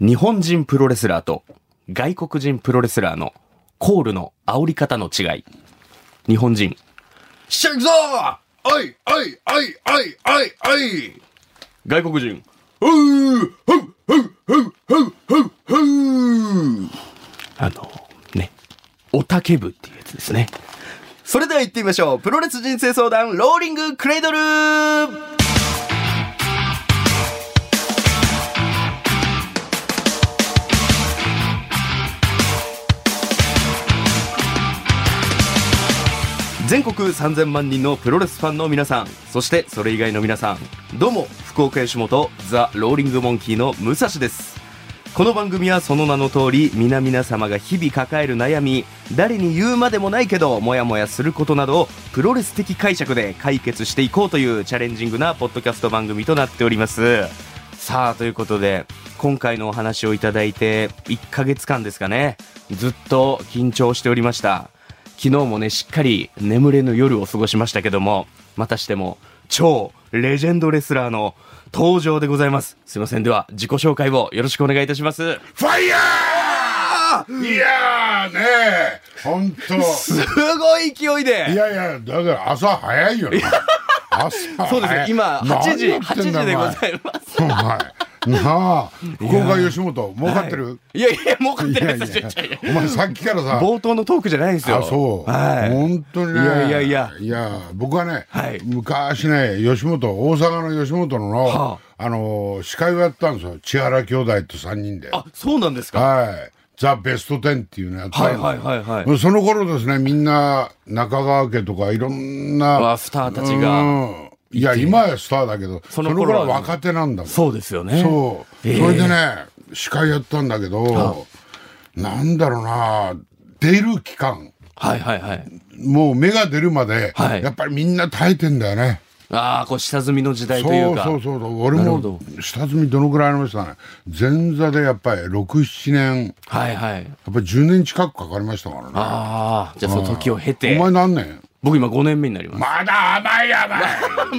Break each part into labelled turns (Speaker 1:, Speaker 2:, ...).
Speaker 1: 日本人プロレスラーと外国人プロレスラーのコールの煽り方の違い。日本人。シェイクザーおいおいおいおいおいおい外国人。うーふうふうふうふうふうふうあの、ね。おたけ部っていうやつですね。それでは行ってみましょう。プロレス人生相談、ローリングクレイドル全国3000万人のプロレスファンの皆さんそしてそれ以外の皆さんどうも福岡吉本ザ・ローリングモンキーの武蔵ですこの番組はその名の通り皆々様が日々抱える悩み誰に言うまでもないけどモヤモヤすることなどをプロレス的解釈で解決していこうというチャレンジングなポッドキャスト番組となっておりますさあということで今回のお話をいただいて1ヶ月間ですかねずっと緊張しておりました昨日もね、しっかり眠れぬ夜を過ごしましたけども、またしても、超レジェンドレスラーの登場でございます。すいません。では、自己紹介をよろしくお願いいたします。
Speaker 2: ファイヤーいやーねえ、ほんと。
Speaker 1: すごい勢い
Speaker 2: い
Speaker 1: で
Speaker 2: やいや、だから朝早いよね。朝早い。
Speaker 1: そうですね、今、8時、8時でご ざ
Speaker 2: い
Speaker 1: います。
Speaker 2: ます。お前なあ、福岡吉本、儲かってる、
Speaker 1: いやいや、もう勝
Speaker 2: い
Speaker 1: 手
Speaker 2: や
Speaker 1: ないい
Speaker 2: や
Speaker 1: です。ちょいちょいちょい
Speaker 2: お前さっきからさ、
Speaker 1: 冒頭のトークじゃないんですよ。
Speaker 2: あ、そう。
Speaker 1: はい。
Speaker 2: 本当にね。
Speaker 1: いやいやいや
Speaker 2: いや、僕はね、
Speaker 1: はい
Speaker 2: 昔ね、吉本、大阪の吉本のの、
Speaker 1: は
Speaker 2: あのー、司会をやったんですよ。千原兄弟と3人で。
Speaker 1: あ、そうなんですか。
Speaker 2: はい。ザ・ベスト10っていうのやったん
Speaker 1: は
Speaker 2: で
Speaker 1: い
Speaker 2: す
Speaker 1: はいはいはい。
Speaker 2: もうその頃ですね、みんな、中川家とかいろん
Speaker 1: わ
Speaker 2: な。
Speaker 1: あスターたちが
Speaker 2: うんいや、今やスターだけど、
Speaker 1: そ
Speaker 2: そ
Speaker 1: の
Speaker 2: の
Speaker 1: 頃は
Speaker 2: 頃は若手なんだもん。
Speaker 1: そうですよね。
Speaker 2: そう。
Speaker 1: ええ
Speaker 2: それでね、司会やったんだけど、なんだろうな、出る期間、
Speaker 1: はいはいはい。
Speaker 2: もう芽が出るまで、
Speaker 1: はい
Speaker 2: やっぱりみんな耐えてんだよね。
Speaker 1: ああ、こう、下積みの時代とい
Speaker 2: そうう
Speaker 1: か。
Speaker 2: そうそうそう。俺
Speaker 1: なるほど
Speaker 2: も、下積みどのぐらいありましたね。前座でやっぱり6、7年、や
Speaker 1: はいはい。
Speaker 2: っぱり10年近くかかりましたからね。
Speaker 1: ああ、じゃあその時を経て
Speaker 2: お、前何年
Speaker 1: 僕今5年目になります。
Speaker 2: まだ甘い甘 い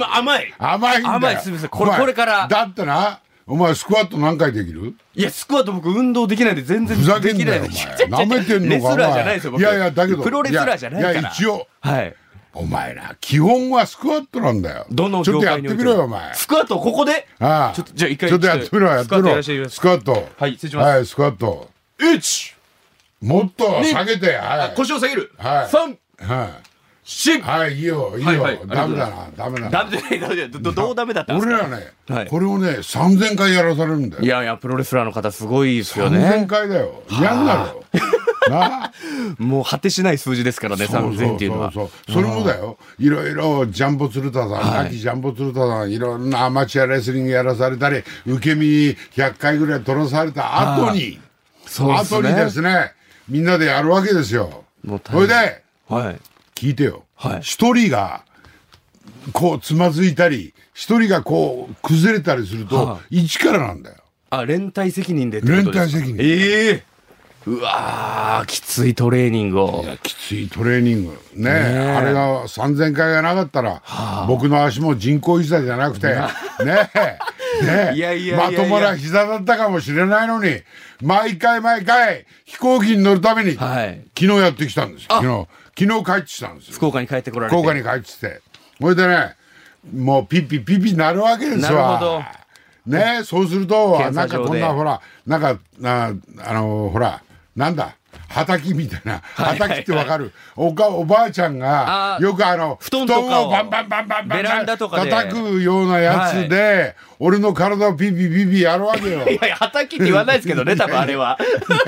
Speaker 1: まあ甘い
Speaker 2: 甘いんだよ
Speaker 1: 甘いすみませんこれ
Speaker 2: お前
Speaker 1: これから
Speaker 2: だってなお前スクワット何回できる
Speaker 1: いや、スクワット僕運動できないんで全然
Speaker 2: ふざ
Speaker 1: で
Speaker 2: けん
Speaker 1: き
Speaker 2: な
Speaker 1: ない
Speaker 2: よ
Speaker 1: んで。
Speaker 2: お前なめてんのか
Speaker 1: レスラーじゃないですよ、
Speaker 2: お
Speaker 1: 僕。
Speaker 2: 前いやいやだけど
Speaker 1: プロレスラーじゃないから。
Speaker 2: やや一応
Speaker 1: はい。
Speaker 2: お前な基本はスクワットなんだよ
Speaker 1: どの
Speaker 2: ちょ
Speaker 1: 業
Speaker 2: っとやっ
Speaker 1: 界
Speaker 2: て
Speaker 1: におい
Speaker 2: み
Speaker 1: ても
Speaker 2: ろよお前
Speaker 1: スクワットをここで
Speaker 2: ああ
Speaker 1: ちょっとじゃあ一回
Speaker 2: ちょっとやってみろやってみろ
Speaker 1: ス
Speaker 2: スクワット
Speaker 1: はい失礼します
Speaker 2: はいスクワット
Speaker 1: !1!
Speaker 2: もっと下げてはい
Speaker 1: 腰を下げる
Speaker 2: はい
Speaker 1: !3!
Speaker 2: は
Speaker 1: 4!
Speaker 2: いはいいいよいいよ
Speaker 1: はいはい
Speaker 2: ダメだなダメだ
Speaker 1: ダ
Speaker 2: な
Speaker 1: メじゃない、ダメじゃない。どどうダメだったんです
Speaker 2: 俺
Speaker 1: から
Speaker 2: ね
Speaker 1: はい
Speaker 2: これをね3000回やらされるんだよ
Speaker 1: いやいや、プロレスラーの方すごいですよ
Speaker 2: 3000
Speaker 1: ね。
Speaker 2: 回だよ嫌になるよ なあ
Speaker 1: もう果てしない数字ですからね、3000っていうのは。
Speaker 2: そうそうそうそれもだよいろいろジャンボ鶴田さん、
Speaker 1: はい
Speaker 2: 亡きジャンボ鶴田さんいろんなアマチュアレスリングやらされたり受け身100回ぐらい取らされた後に
Speaker 1: そうですね
Speaker 2: 後にですねみんなでやるわけですよ
Speaker 1: もう大
Speaker 2: それ
Speaker 1: 変
Speaker 2: で
Speaker 1: はい。
Speaker 2: 聞いてよ
Speaker 1: はい
Speaker 2: 一、人がこうつまずいたり一人がこう崩れたりすると、
Speaker 1: は
Speaker 2: 一からなんだよ
Speaker 1: あ、連帯責任でってことですか
Speaker 2: 連帯責任
Speaker 1: ええうわー、きついトレーニングを
Speaker 2: い。やきついトレーニングね
Speaker 1: え
Speaker 2: あれが3000回がなかったら、僕の足も人工膝じゃなくて ね
Speaker 1: いやいや
Speaker 2: えねえ
Speaker 1: いやいや
Speaker 2: まともな膝だったかもしれないのに毎回毎回飛行機に乗るために、
Speaker 1: はい。
Speaker 2: 昨日やってきたんですよ昨日昨日帰ってきたんですよ
Speaker 1: 福岡に帰ってこられて。
Speaker 2: 福岡に帰ってきてそれでねもうピッピピッピなるわけです
Speaker 1: なる
Speaker 2: わ
Speaker 1: ほど
Speaker 2: ねえそうすると
Speaker 1: 検
Speaker 2: な
Speaker 1: 査
Speaker 2: んか
Speaker 1: 場
Speaker 2: こん
Speaker 1: で
Speaker 2: なほらなんかああのほらなんだはたきみたいな、
Speaker 1: い
Speaker 2: はたきってわかる、おかおばあちゃんが
Speaker 1: あー
Speaker 2: よくあの
Speaker 1: 布団とかを
Speaker 2: をバンバンバンバンバン
Speaker 1: ベランダとかで
Speaker 2: 叩くようなやつで、俺の体をピッピピッピやるわけ よ。
Speaker 1: いやいや、畑って言わないですけど ね、多分あれは。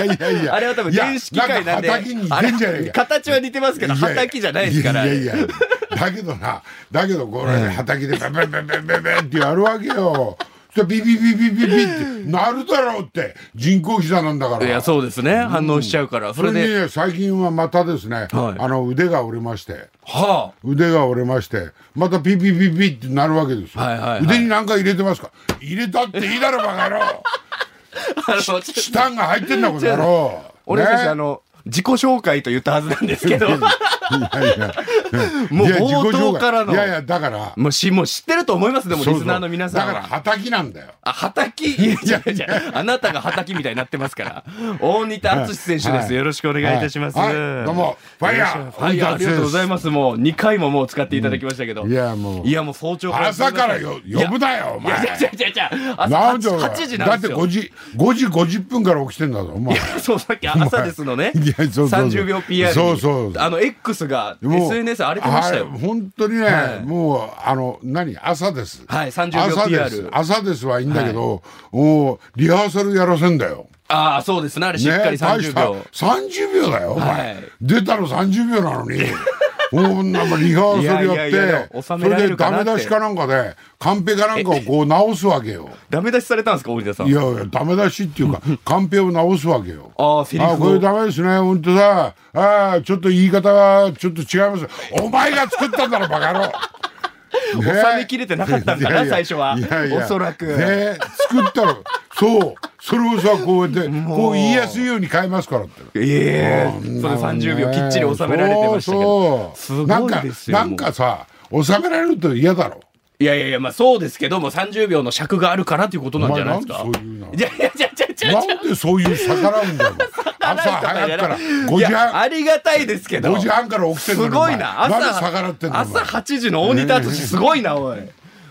Speaker 2: いやいやいや
Speaker 1: あれは多分電子機械なんで。
Speaker 2: いやなんか畑に似てんじゃねえか
Speaker 1: あれ形は似てますけど、
Speaker 2: いやいや
Speaker 1: 畑じゃないですから。
Speaker 2: いやいやいやだけどなだけどこれね畑でベンベンベンベンベンベンってやるわけよそしたらビビビビビビってなるだろうって人工膝なんだから
Speaker 1: いやそうですね。反応しちゃうから。そ
Speaker 2: そ
Speaker 1: れで、
Speaker 2: れにね最近はまたですね、
Speaker 1: はい
Speaker 2: あの腕が折れまして
Speaker 1: は
Speaker 2: 腕が折れましてまたピピピピってなるわけですよ、
Speaker 1: はいはいはい
Speaker 2: 腕に何か入れてますか入れたっていいだろバカ野郎
Speaker 1: あ。あの、ちょっと
Speaker 2: チタンが入ってんだこの野郎
Speaker 1: 俺たち、
Speaker 2: ね
Speaker 1: あの、自己紹介と言ったはずなんですけど、
Speaker 2: いやいや
Speaker 1: もう
Speaker 2: いや
Speaker 1: 冒
Speaker 2: 自己紹
Speaker 1: 頭
Speaker 2: 介
Speaker 1: からの
Speaker 2: いやいやだから
Speaker 1: もうしもう知ってると思いますでも
Speaker 2: そう
Speaker 1: リ
Speaker 2: そう
Speaker 1: スナーの皆さん
Speaker 2: だ
Speaker 1: は
Speaker 2: からはたきなんだよ
Speaker 1: あ、はたき、いやいやいや、あなたがはたきみたいになってますから。大仁田敦選手で
Speaker 2: は
Speaker 1: す。
Speaker 2: い
Speaker 1: よろしくお願いいたします。
Speaker 2: はいはいどうもファイヤー
Speaker 1: よろしくファイヤー、ありがとうございます。もう二回ももう使っていただきましたけど。
Speaker 2: いやもう
Speaker 1: いや、もう早朝から。
Speaker 2: 朝からよ
Speaker 1: いや
Speaker 2: 呼ぶなよお
Speaker 1: いや
Speaker 2: 前
Speaker 1: いやいやいやいや、朝
Speaker 2: なんでお前
Speaker 1: 八時なんです
Speaker 2: だって
Speaker 1: よ
Speaker 2: 5。時5時50分から起きてんだぞお前
Speaker 1: そうさっき朝ですのね。
Speaker 2: いやそうそうそう
Speaker 1: 三十秒 PR に。
Speaker 2: そうそうそう
Speaker 1: あの X が
Speaker 2: もう
Speaker 1: SNS 荒れてましたよ
Speaker 2: あれ。本当にね、
Speaker 1: はい
Speaker 2: もうあの何朝です
Speaker 1: はい30秒
Speaker 2: 朝です
Speaker 1: PR
Speaker 2: 朝ですはいいんだけど、もうリハーサルやらせんだよ
Speaker 1: ああ、そうですね。あれしっかり三十秒。
Speaker 2: 30秒だよ、お前
Speaker 1: はい
Speaker 2: 出たの30秒なのにこんなもんリハーサル
Speaker 1: いや
Speaker 2: やっ
Speaker 1: い
Speaker 2: て
Speaker 1: やいや収
Speaker 2: そ
Speaker 1: められ
Speaker 2: れで
Speaker 1: るかなっ
Speaker 2: ダ
Speaker 1: て
Speaker 2: メ出しかなんかでカンペかなんかをこう直すわけよ
Speaker 1: ダメ出しされたんですか、大仁田さ
Speaker 2: い
Speaker 1: ん。
Speaker 2: やいやダメ出しっていうかカンペを直すわけよ
Speaker 1: ああ、セリ
Speaker 2: あこ
Speaker 1: フ
Speaker 2: れ
Speaker 1: を。
Speaker 2: ダメですね本当だああちょっと言い方がちょっと違いますお前が作ったんだろバカ野郎
Speaker 1: 収めきれてなかったんだ
Speaker 2: いや
Speaker 1: ない
Speaker 2: や
Speaker 1: 最初はい
Speaker 2: やいや
Speaker 1: おそらく
Speaker 2: ねえ作ったのそうそれをさこうやってこう言いやすいように変えますからって
Speaker 1: ええ
Speaker 2: ん
Speaker 1: そ
Speaker 2: な
Speaker 1: の
Speaker 2: もんね
Speaker 1: 30秒きっちり収められてましたけどす
Speaker 2: そうそう
Speaker 1: ごいですよ
Speaker 2: なんかなんかさ収められると嫌だろ
Speaker 1: いやいやいやまあそうですけども30秒の尺があるからっていうことなんじゃないですか
Speaker 2: お前なんでそういうの
Speaker 1: いやいやいやいやいやいや
Speaker 2: なんでそういう逆らうんだ よ朝早くから5時
Speaker 1: いや
Speaker 2: 半
Speaker 1: ありがたいですけど
Speaker 2: 5時半から起きて
Speaker 1: す
Speaker 2: んのに
Speaker 1: ごいな
Speaker 2: お前なん
Speaker 1: 朝
Speaker 2: で逆らってんのお
Speaker 1: 朝
Speaker 2: 前
Speaker 1: 8時の大仁田淳すごいなおい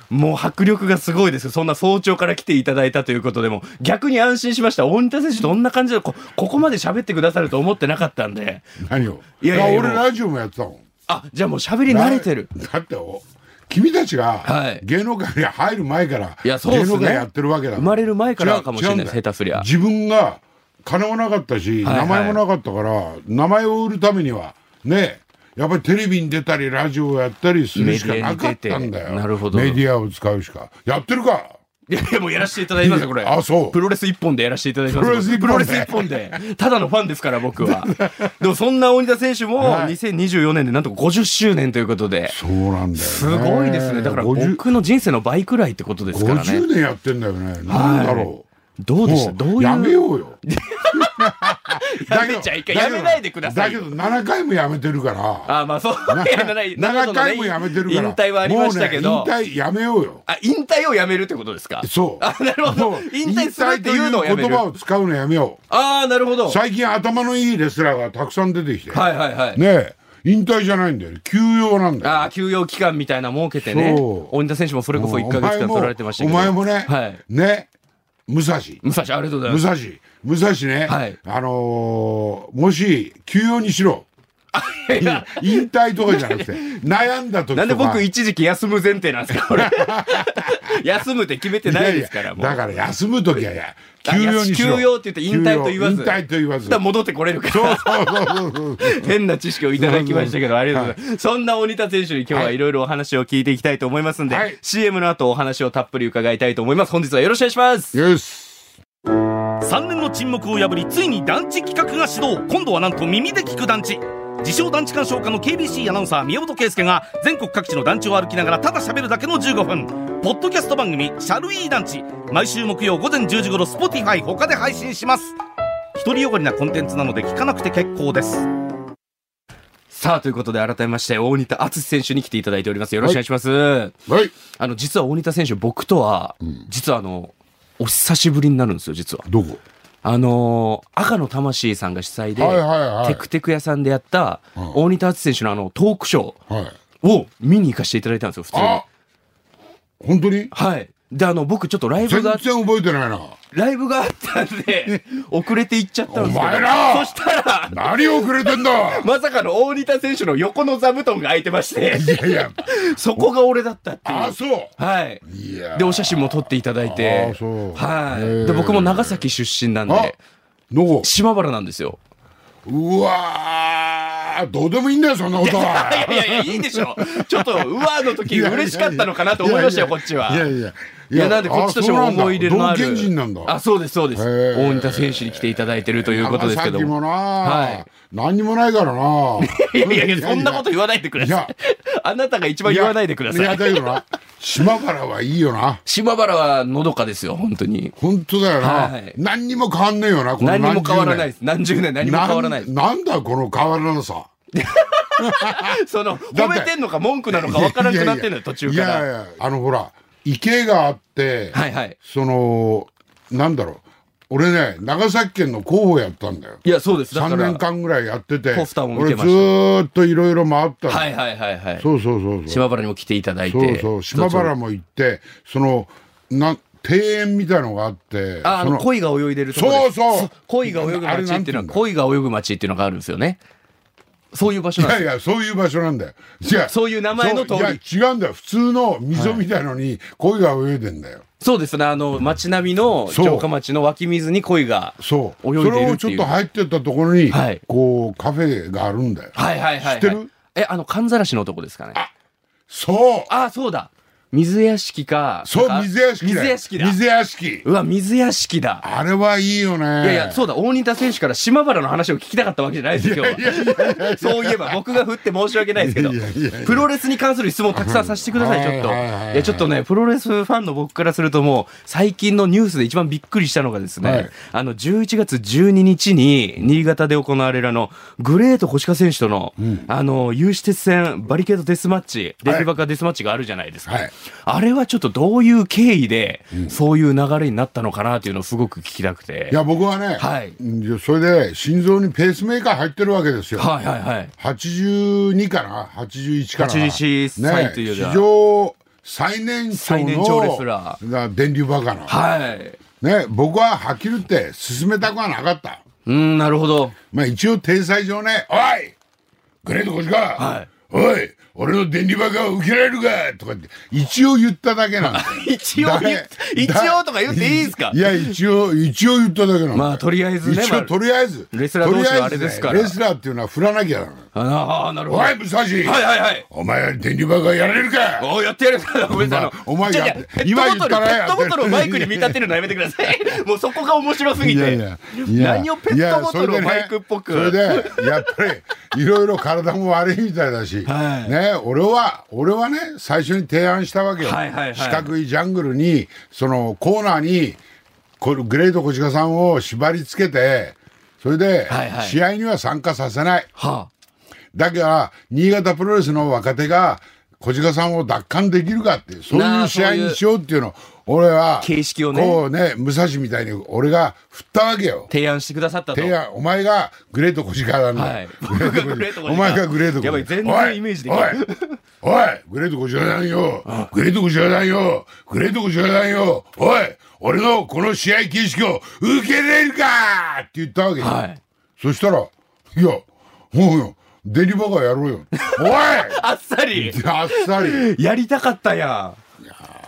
Speaker 1: もう迫力がすごいですよそんな早朝から来ていただいたということでも逆に安心しました大仁田選手どんな感じでこここまで喋ってくださると思ってなかったんで
Speaker 2: 何を
Speaker 1: いやいやいや
Speaker 2: まあ俺ラジオもやってたもん
Speaker 1: あじゃあもう喋り慣れてる
Speaker 2: だだってお君たち
Speaker 1: は
Speaker 2: が
Speaker 1: い
Speaker 2: 芸能界に入る前から
Speaker 1: いやそうっ
Speaker 2: 芸
Speaker 1: すね
Speaker 2: 能界やってるわけだ
Speaker 1: 生まれる前からかもしれない
Speaker 2: 違う違うんだよ
Speaker 1: 下手すりゃ
Speaker 2: 自分が金もなかったし、
Speaker 1: はいはい
Speaker 2: 名前もなかったから名前を売るためにはねやっぱりテレビに出たりラジオをやったりするしかなかったんだ
Speaker 1: メディアに出
Speaker 2: よ
Speaker 1: てなるほど
Speaker 2: メディアを使うしかやってるか
Speaker 1: いやいやもうやらせていただいてますこれ
Speaker 2: あそう
Speaker 1: プロレス一本でやらせていただいてます
Speaker 2: プロレス一本
Speaker 1: プ
Speaker 2: で
Speaker 1: ロレス一本でただのファンですから僕 はでもそんな大仁田選手も
Speaker 2: はい
Speaker 1: 2024年でなんと50周年ということで
Speaker 2: そうなんだよ、ね、
Speaker 1: すごいですねだから
Speaker 2: 50
Speaker 1: 僕の人生の倍くらいってことですからね
Speaker 2: 50年やってんだよねなんだろ
Speaker 1: ど
Speaker 2: う、
Speaker 1: うでした
Speaker 2: も
Speaker 1: どういう
Speaker 2: やめようよ
Speaker 1: やめちゃいけんやめないでください
Speaker 2: だけど7回もやめてるから
Speaker 1: あまあそう
Speaker 2: な7回もやめてるから
Speaker 1: 引退はありましたけど
Speaker 2: もうね引退やめようよ
Speaker 1: あ引退をやめるってことです か
Speaker 2: そう
Speaker 1: あなるほど
Speaker 2: もう
Speaker 1: 引退するっていうのをやめる
Speaker 2: 引退という言葉を使うのやめよ
Speaker 1: ああなるほど
Speaker 2: う
Speaker 1: は
Speaker 2: 最近頭のいいレスラーがたくさん出てきて、
Speaker 1: いはいはい
Speaker 2: ねえ引退じゃないんだよ休養なんだよ
Speaker 1: ああ休養期間みたいなの設けてね
Speaker 2: そう
Speaker 1: 大仁田選手もそれこそ1か月間取られてましたけど
Speaker 2: お前もね、
Speaker 1: はい
Speaker 2: ね武蔵
Speaker 1: 武蔵ありがとうございま
Speaker 2: 武
Speaker 1: す
Speaker 2: 蔵武蔵ね、
Speaker 1: はい
Speaker 2: あのーもし休養にしろ
Speaker 1: いや
Speaker 2: 引退とかじゃな くて悩んだ時とか
Speaker 1: なんで僕一時期休む前提なんですか これ休むって決めてないですから
Speaker 2: や
Speaker 1: も
Speaker 2: いうやだから休む時はいや休養にしろ
Speaker 1: 休養って言って引退と言わず
Speaker 2: 休養引退と言わず
Speaker 1: そしたら戻ってこれるから
Speaker 2: そうそうそうそう
Speaker 1: 変な知識をいただきましたけど、ありがとうございます。そんな鬼田選手に今日ははいいろいろお話を聞いていきたいと思いますんで、
Speaker 2: はい
Speaker 1: CM の後お話をたっぷり伺いたいと思います。本日はよろしくお願いします。
Speaker 2: よし
Speaker 3: 3年の沈黙を破りついに団地企画が始動今度はなんと耳で聞く団地自称団地鑑賞家の KBC アナウンサー宮本圭介が全国各地の団地を歩きながらただ喋るだけの15分ポッドキャスト番組「シャルイー団地」毎週木曜午前10時頃 Spotify 他で配信します独りよがりなコンテンツなので聞かなくて結構です
Speaker 1: さあ、ということで改めまして、大仁田敦選手に来ていただいております。よろしくお願いします。
Speaker 2: はい
Speaker 1: あの、実は大仁田選手、僕とは、実はあの、お久しぶりになるんですよ、実は。
Speaker 2: どこ
Speaker 1: あのー赤の魂さんが主催で、
Speaker 2: はいはいはい
Speaker 1: テクテク屋さんでやった、
Speaker 2: ん
Speaker 1: 大仁田敦選手のあの、トークショ
Speaker 2: はい
Speaker 1: ーを見に行かせていただいたんですよ、普通に。
Speaker 2: あ本当に
Speaker 1: はい。で、あの、僕ちょっとライブ
Speaker 2: 全
Speaker 1: が
Speaker 2: 然
Speaker 1: あっ
Speaker 2: 覚えてないな
Speaker 1: ライブがあったん で、遅れて行っちゃったんですけど。
Speaker 2: お前
Speaker 1: そ
Speaker 2: ら
Speaker 1: したら、
Speaker 2: 何遅れて んだ
Speaker 1: まさかの大仁田選手の横の座布団が空いてま して、
Speaker 2: いやいや
Speaker 1: そこが俺だったっていう。
Speaker 2: あそう
Speaker 1: はい。
Speaker 2: いや
Speaker 1: で、お写真も撮っていただいて
Speaker 2: あ、そう
Speaker 1: はい。
Speaker 2: へ
Speaker 1: で、
Speaker 2: え
Speaker 1: 僕も長崎出身なん
Speaker 2: あ
Speaker 1: で、
Speaker 2: どこ
Speaker 1: 島原なんですよ。
Speaker 2: うわーどうでもいいんだよそんなことはい
Speaker 1: やいやいや、いいでしょ。ちょっと、うわーの時嬉しかったのかなと思いましたよ、こっちは。
Speaker 2: いやいや
Speaker 1: いや、なんでこっちとしても思い入れのある。
Speaker 2: 同県人なんだ
Speaker 1: あ、そうです、そうです。
Speaker 2: へー
Speaker 1: 大仁田選手に来ていただいてるということですけど
Speaker 2: 長崎
Speaker 1: も
Speaker 2: も。な、
Speaker 1: はい
Speaker 2: 何にもないからな
Speaker 1: いやいやいや、そんなこと言わないでくだ
Speaker 2: い
Speaker 1: さ
Speaker 2: や
Speaker 1: い。あなたが一番言わないでくだ
Speaker 2: いや
Speaker 1: さい。
Speaker 2: だけどな島原はいいよな
Speaker 1: 島原はのどかですよ、本当に。
Speaker 2: 本当だよな、
Speaker 1: はい
Speaker 2: 何にも変わんねえよなこの
Speaker 1: 何にも変わらない
Speaker 2: い
Speaker 1: です。何十年何も変わらないです。
Speaker 2: なんだこの変わらなさ
Speaker 1: その
Speaker 2: だ
Speaker 1: 褒
Speaker 2: って
Speaker 1: めてんのか文句なのかわからなくなってんのよ途中か
Speaker 2: いやい
Speaker 1: ら
Speaker 2: やあのほら池があって、
Speaker 1: はいはい
Speaker 2: そのなんだろう俺ね長崎県の候補やったんだよ
Speaker 1: いやそうですだか
Speaker 2: 3
Speaker 1: ら
Speaker 2: 年間ぐらいやってて
Speaker 1: ポスターも見
Speaker 2: 俺
Speaker 1: て
Speaker 2: ず
Speaker 1: ました
Speaker 2: ーっといろいろ回ったの、
Speaker 1: はいはいはいはい
Speaker 2: そうそうそうそう
Speaker 1: 島原にも来ていただいて
Speaker 2: そうそう島原
Speaker 1: も
Speaker 2: も行ってそのなん庭園みたいのがあって
Speaker 1: ああ
Speaker 2: そ
Speaker 1: の恋が泳いでるとこです
Speaker 2: そうそう
Speaker 1: 恋が泳ぐ
Speaker 2: あれ
Speaker 1: 街
Speaker 2: な
Speaker 1: っ
Speaker 2: ん
Speaker 1: て
Speaker 2: て
Speaker 1: いうの
Speaker 2: 言う
Speaker 1: は
Speaker 2: んだ
Speaker 1: 恋が泳ぐ街っていうのがあるんですよねそういう場所
Speaker 2: い
Speaker 1: なんで
Speaker 2: や
Speaker 1: す
Speaker 2: いやそういう場所なんだよいや
Speaker 1: そういう名前の通り
Speaker 2: そういや違うんだよ普通の溝みたいのに鯉が泳いでんだよ、
Speaker 1: そうですねあの街並みの
Speaker 2: そう
Speaker 1: 城下町の湧き水に恋が
Speaker 2: そう
Speaker 1: 泳いで
Speaker 2: そ
Speaker 1: いるっていう
Speaker 2: れをちょっと入ってったところに、
Speaker 1: はい
Speaker 2: こうカフェがあるんだよ
Speaker 1: はいはいはい、はい、
Speaker 2: 知ってる
Speaker 1: えあのかんざらしのとこですかね
Speaker 2: そう
Speaker 1: ああそうだ水屋敷か
Speaker 2: そ
Speaker 1: なか
Speaker 2: うん水屋敷だ
Speaker 1: 水
Speaker 2: よ
Speaker 1: 屋敷だ
Speaker 2: 水屋敷
Speaker 1: うわ水屋敷だ
Speaker 2: あれはいいよねい
Speaker 1: いやいや、そうだ、大仁田選手から島原の話を聞きたかったわけじゃないですよ、今日は。そういえば、僕が振って申し訳ないですけど
Speaker 2: いやいやいやい、や
Speaker 1: プロレスに関する質問をたくさんさせてください、ちょっと。い
Speaker 2: はいはいはいはい
Speaker 1: や、ちょっとね、プロレスファンの僕からするともう、最近のニュースで一番びっくりしたのがです
Speaker 2: は
Speaker 1: ね
Speaker 2: い、
Speaker 1: あの、11月12日に、新潟で行われるあの、グレート星川選手との、あの、有志鉄戦、バリケードデスマッチ、デビバカデスマッチがあるじゃないですか
Speaker 2: はい。
Speaker 1: あれはちょっとどういう経緯で、そういう流れになったのかなっていうのをすごく聞きたくて
Speaker 2: い。や僕はね、
Speaker 1: はい
Speaker 2: うんそれで心臓にペースメーカー入ってるわけですよ
Speaker 1: はいはいはい。
Speaker 2: 82かな81かな
Speaker 1: 81歳というよりは
Speaker 2: ね、史上最年長
Speaker 1: 最
Speaker 2: の
Speaker 1: 年長レスラ
Speaker 2: な電流バカな、
Speaker 1: はい。
Speaker 2: ね、僕ははっきり言って進めたくはなかった
Speaker 1: うん、なるほど。
Speaker 2: まあ一応体裁上ね「おいグレート腰か、
Speaker 1: はい
Speaker 2: おい俺の電流バカを受けられるか!」とかって一応言っただけなんだよ
Speaker 1: 一応言っ
Speaker 2: 誰
Speaker 1: 一応とか言っていいですか
Speaker 2: いや一応一応言っただけなの
Speaker 1: まあとりあえずね
Speaker 2: 一
Speaker 1: まあ
Speaker 2: 応とりあえず
Speaker 1: レスラー同士はあれですから
Speaker 2: とりあえずねレスラーっていうのは振らなきゃなの
Speaker 1: ああ、なるほど。
Speaker 2: お
Speaker 1: はい
Speaker 2: 武蔵はい
Speaker 1: はいはい。
Speaker 2: お前は電流バカやられるか
Speaker 1: おーやってやるから、ごめんなさい。
Speaker 2: お前お前
Speaker 1: じゃあ
Speaker 2: やって
Speaker 1: じゃあペットボト
Speaker 2: 今言っ
Speaker 1: ル、ペ
Speaker 2: たら
Speaker 1: ットボ
Speaker 2: やって
Speaker 1: トルをバイクに見立てるのやめてくだ さい。もうそこが面白すぎ
Speaker 2: い
Speaker 1: て。
Speaker 2: やいやいや
Speaker 1: 何をペットボトルをバイクっぽ
Speaker 2: いやそれ
Speaker 1: く。
Speaker 2: でねそれでやっぱりいろいろ体も悪いみたいだし、
Speaker 1: はい
Speaker 2: ね、俺は俺はね最初に提案したわけよ、
Speaker 1: はいはいはい
Speaker 2: 四角いジャングルにそのコーナーにこれグレート小鹿さんを縛り付けてそれで
Speaker 1: はいはい
Speaker 2: 試合には参加させない、
Speaker 1: は
Speaker 2: だから新潟プロレスの若手が小鹿さんを奪還できるかっていうそう
Speaker 1: な
Speaker 2: いう
Speaker 1: あ
Speaker 2: 試合
Speaker 1: そういう
Speaker 2: にしようっていうのを俺は
Speaker 1: 形式をね
Speaker 2: こうね武蔵みたいに俺が振ったわけよ
Speaker 1: あ。提案してくださったと。
Speaker 2: 提案お前がグレート小鹿なんだ、
Speaker 1: はい
Speaker 2: グレー
Speaker 1: 僕がグレート
Speaker 2: ト小鹿
Speaker 1: 小鹿
Speaker 2: お前がグレート小鹿
Speaker 1: やばい全然イメージできない
Speaker 2: おいおいおいグレート小鹿だよグレート小鹿だよグレート小鹿だよおい俺のこの試合形式を受け入れるかって言ったわけよ、
Speaker 1: はい
Speaker 2: そしたら「いやもうよデリバカやろうよおい!」
Speaker 1: あっさり。
Speaker 2: あっさり
Speaker 1: やりたかったやん。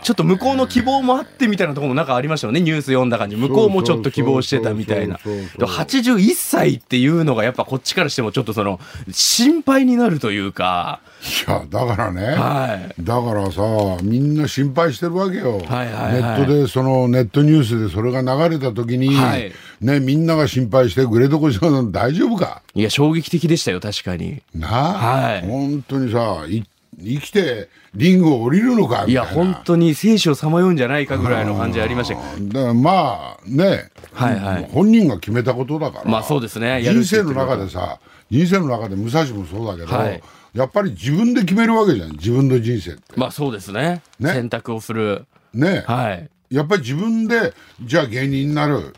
Speaker 1: ちょっと向こうの希望もあってみたいなところもなんかありましたよねニュース読んだ感じ向こうもちょっと希望してたみたいな
Speaker 2: そうそうそうそう
Speaker 1: でも81歳っていうのがやっぱこっちからしてもちょっとその心配になるというか
Speaker 2: いやだからね、
Speaker 1: はい
Speaker 2: だからさみんな心配してるわけよ、
Speaker 1: はいはいはい
Speaker 2: ネットでそのネットニュースでそれが流れた時に、
Speaker 1: はい
Speaker 2: ね、みんなが心配してグレートコシさん大丈夫か
Speaker 1: いや衝撃的でしたよ確かに
Speaker 2: な
Speaker 1: は
Speaker 2: あ、
Speaker 1: い
Speaker 2: 本当にさい生きてリングを降りるのかみたいない
Speaker 1: や本当に生死をさまようんじゃないかぐらいの感じありましたけど
Speaker 2: だからまあね、
Speaker 1: はいはい
Speaker 2: 本人が決めたことだから、
Speaker 1: まあそうですねやる
Speaker 2: 人
Speaker 1: って言って
Speaker 2: 生の
Speaker 1: ること
Speaker 2: 中でさ人生の中で武蔵もそうだけど、
Speaker 1: はい
Speaker 2: やっぱり自分で決めるわけじゃん自分の人生って
Speaker 1: まあそうですね
Speaker 2: ね
Speaker 1: 選択をする
Speaker 2: ね、
Speaker 1: はい
Speaker 2: やっぱり自分でじゃあ芸人になる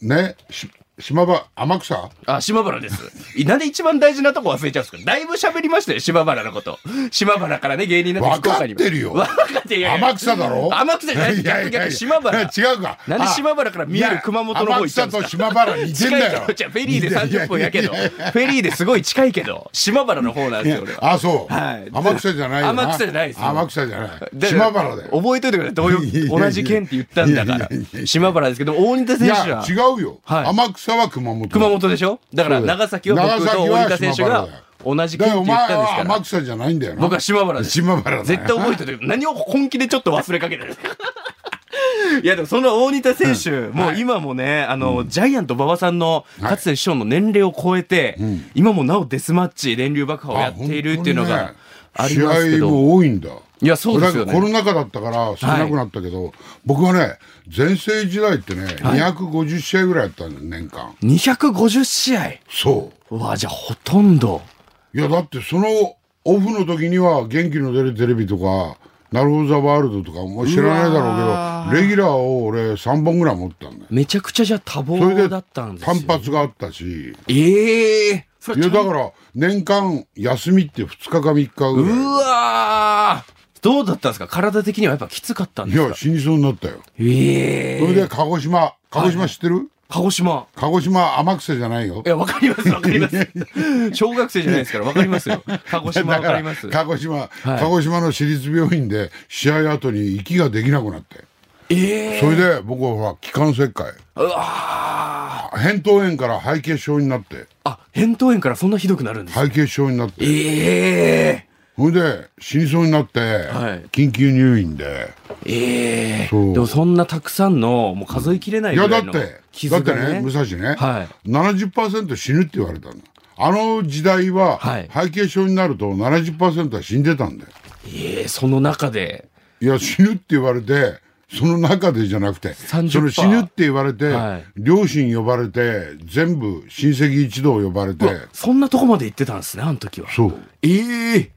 Speaker 2: ねし島場天草
Speaker 1: あ、島原です。いなんで一番大事なとこ忘れちゃうんですかだいぶ喋りましたよ、島原のこと。島原からね、芸人になって福岡にも
Speaker 2: わかってるよ
Speaker 1: わかってるよ。
Speaker 2: 天草だろ
Speaker 1: 天草じゃないです
Speaker 2: いやい
Speaker 1: 逆
Speaker 2: やいや
Speaker 1: 逆島原。
Speaker 2: 違うか
Speaker 1: なんで
Speaker 2: あ
Speaker 1: 島原から見える熊本の方行ったんですか
Speaker 2: いや天草と島原似てんだよ
Speaker 1: 近いけど、じゃあフェリーで30分やけど、
Speaker 2: い
Speaker 1: フ
Speaker 2: やいやいや
Speaker 1: ェリーですごい近いけど、島原の方なんですよ、俺は。
Speaker 2: あそう、
Speaker 1: はい
Speaker 2: 天草じゃないよな
Speaker 1: 天草じゃないですよ
Speaker 2: 天草じゃない
Speaker 1: だから
Speaker 2: 島原だよ
Speaker 1: 覚えといてください。同様
Speaker 2: いやいやいや
Speaker 1: 同じ県って言ったんだか
Speaker 2: いやいやいやい
Speaker 1: ら。
Speaker 2: や
Speaker 1: 島原ですけど、大仁田
Speaker 2: い
Speaker 1: 選手
Speaker 2: や
Speaker 1: は
Speaker 2: 違うよ、
Speaker 1: はい
Speaker 2: 天草は熊本
Speaker 1: 熊本でしょだから
Speaker 2: そうだよ
Speaker 1: 長崎は僕と大仁田選手が同じ
Speaker 2: だ
Speaker 1: 県
Speaker 2: か
Speaker 1: って
Speaker 2: らお
Speaker 1: 言
Speaker 2: 前
Speaker 1: ったんです
Speaker 2: は
Speaker 1: から。
Speaker 2: 天草じゃないんだよな
Speaker 1: 僕は島原です。
Speaker 2: 島原だよ
Speaker 1: 絶対覚えてる。何を本気でちょっと忘れかけて る。いやでもその大仁田選手、もう今もね、あの、ジャイアント馬場さんの、
Speaker 2: はい
Speaker 1: かつて師匠の年齢を超えて、今もなおデスマッチ、電流爆破をや
Speaker 2: あ
Speaker 1: っているっていうのがあ
Speaker 2: 本当
Speaker 1: り
Speaker 2: にね
Speaker 1: ますけ
Speaker 2: 試合
Speaker 1: ど。
Speaker 2: も多いんだ
Speaker 1: いやそうですよね
Speaker 2: 俺なんかコロナ禍だったから少なくなったけど、僕はね全盛時代ってね、250試合ぐらいやったんだよ年間
Speaker 1: 250試合
Speaker 2: そう
Speaker 1: うわ、じゃあほとんど。
Speaker 2: いやだってそのオフの時には元気の出るテレビとかなるほどザワールドとかもう知らないだろうけどレギュラーを俺3本ぐらい持ったんだよ
Speaker 1: めちゃくちゃじゃあ多
Speaker 2: それ
Speaker 1: 忙
Speaker 2: で
Speaker 1: だ
Speaker 2: 単
Speaker 1: ったんですよ、
Speaker 2: 発があったし
Speaker 1: ええそ
Speaker 2: い
Speaker 1: れ
Speaker 2: や
Speaker 1: ちゃ
Speaker 2: だ
Speaker 1: ん
Speaker 2: から年間休みって2日か3日ぐ
Speaker 1: う
Speaker 2: ら
Speaker 1: わーどうだったんですか体的にはやっぱきつかったん
Speaker 2: い
Speaker 1: で
Speaker 2: い
Speaker 1: す
Speaker 2: や
Speaker 1: か
Speaker 2: 死にそうになったよ
Speaker 1: ええ
Speaker 2: それで鹿児島鹿児島知ってる
Speaker 1: 鹿児島
Speaker 2: 鹿児島天草じゃないよ
Speaker 1: いや、わかります、わかり ます。小学生じゃないですから、わかりますよ。鹿児島わかります。
Speaker 2: 鹿児島、
Speaker 1: い
Speaker 2: 鹿児島の私立病院で試合後に息ができなくなって
Speaker 1: ええ
Speaker 2: それで僕はほら気管切開
Speaker 1: うわー
Speaker 2: 扁桃炎から肺血症になって
Speaker 1: あ、扁桃炎からそんなひどくなるんですか
Speaker 2: 肺血症になって
Speaker 1: ええ
Speaker 2: それで死にそうになって、
Speaker 1: はい
Speaker 2: 緊急入院で
Speaker 1: ええ
Speaker 2: そう
Speaker 1: でもそんなたくさんの、もう数えきれない
Speaker 2: い
Speaker 1: ぐ
Speaker 2: や
Speaker 1: ら
Speaker 2: だ
Speaker 1: い
Speaker 2: っ
Speaker 1: の
Speaker 2: てだ
Speaker 1: 傷
Speaker 2: って
Speaker 1: が
Speaker 2: ね
Speaker 1: ね。
Speaker 2: 武蔵ね、
Speaker 1: は
Speaker 2: 70%死ぬって言われたのあの時代は、
Speaker 1: はい
Speaker 2: 肺血症になると70%は死んでたんだよ
Speaker 1: ええその中で。
Speaker 2: いや死ぬって言われてその中でじゃなくてそ
Speaker 1: 30%
Speaker 2: の死ぬって言われて、
Speaker 1: はい
Speaker 2: 両親呼ばれて全部親戚一同呼ばれて
Speaker 1: そんなとこまで行ってたんですね、あの時は。
Speaker 2: そう
Speaker 1: ええ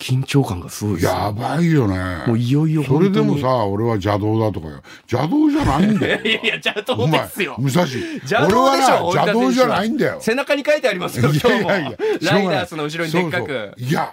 Speaker 1: 緊張感がすごいですね。
Speaker 2: やばいよね
Speaker 1: もういよいよ
Speaker 2: そ
Speaker 1: 本当
Speaker 2: れ
Speaker 1: に
Speaker 2: でもさ俺は邪道だとかよ邪道じゃないんだよ
Speaker 1: いやいや、邪
Speaker 2: お
Speaker 1: 道
Speaker 2: 前
Speaker 1: ですよ。
Speaker 2: 武蔵
Speaker 1: 邪
Speaker 2: 俺
Speaker 1: 道
Speaker 2: は
Speaker 1: でし
Speaker 2: な
Speaker 1: ょ
Speaker 2: 邪道じゃないんだよ
Speaker 1: 背中に書いてありますよ今日もライダースの後ろにでっかく
Speaker 2: そうそういや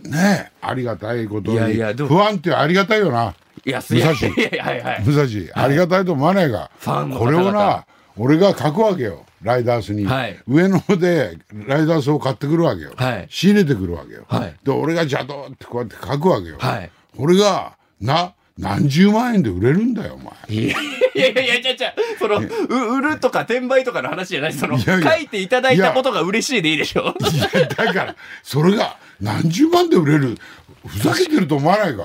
Speaker 2: ねえありがたいことに
Speaker 1: いやいやでも
Speaker 2: 不安ってありがたいよない
Speaker 1: やすいや
Speaker 2: 武蔵
Speaker 1: いやいやはいはい
Speaker 2: 武蔵ありがたいと思わないが、
Speaker 1: ファンの方
Speaker 2: これ
Speaker 1: 々
Speaker 2: をな俺が書くわけよライダースに、
Speaker 1: はい
Speaker 2: 上野でライダースを買ってくるわけよ、
Speaker 1: はい
Speaker 2: 仕入れてくるわけよ、
Speaker 1: はい
Speaker 2: で俺が邪道ってこうやって書くわけよ、
Speaker 1: はい
Speaker 2: 俺がな何十万円で売れるんだよお前
Speaker 1: いやいやいやいやいやそのう売るとか転売とかの話じゃないその
Speaker 2: いやいや
Speaker 1: 書いていただいたことが嬉しいでいいでしょ
Speaker 2: いやだからそれが何十万で売れるふざけてると思わないか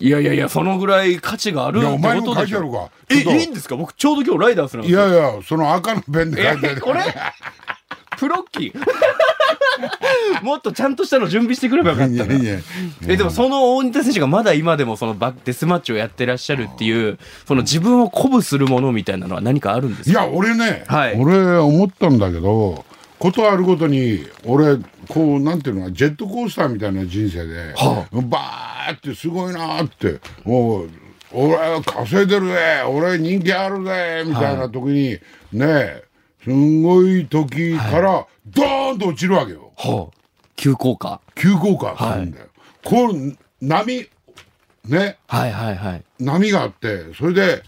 Speaker 1: いやいやいやそのぐらい価値があるっ
Speaker 2: い
Speaker 1: て
Speaker 2: やお前
Speaker 1: こ
Speaker 2: に
Speaker 1: と
Speaker 2: も書
Speaker 1: で
Speaker 2: い
Speaker 1: して
Speaker 2: ある
Speaker 1: ょ
Speaker 2: か
Speaker 1: え
Speaker 2: ちょっと
Speaker 1: いいんですか僕ちょうど今日ライダースなんで
Speaker 2: い
Speaker 1: すよ
Speaker 2: やいやその赤のペンで 書いてあ
Speaker 1: え
Speaker 2: る
Speaker 1: これプロッキー もっとちゃんとしたの準備してくればよかった
Speaker 2: い
Speaker 1: な
Speaker 2: やいや
Speaker 1: えでもその大仁田選手がまだ今でもそのバデスマッチをやってらっしゃるっていうその自分を鼓舞するものみたいなのは何かあるんです
Speaker 2: い
Speaker 1: か
Speaker 2: や俺ね、
Speaker 1: はい
Speaker 2: 俺思ったんだけどことあるごとに俺こうなんていうのかジェットコースターみたいな人生で、
Speaker 1: は
Speaker 2: バーってすごいなーってもう俺稼いでるぜ俺人気あるぜみたいな時に、ねえすんごい時からドーンと落ちるわけよ
Speaker 1: はあ急降下
Speaker 2: 急降下するんだよ、こう波ね
Speaker 1: はいはいはい
Speaker 2: 波があってそれで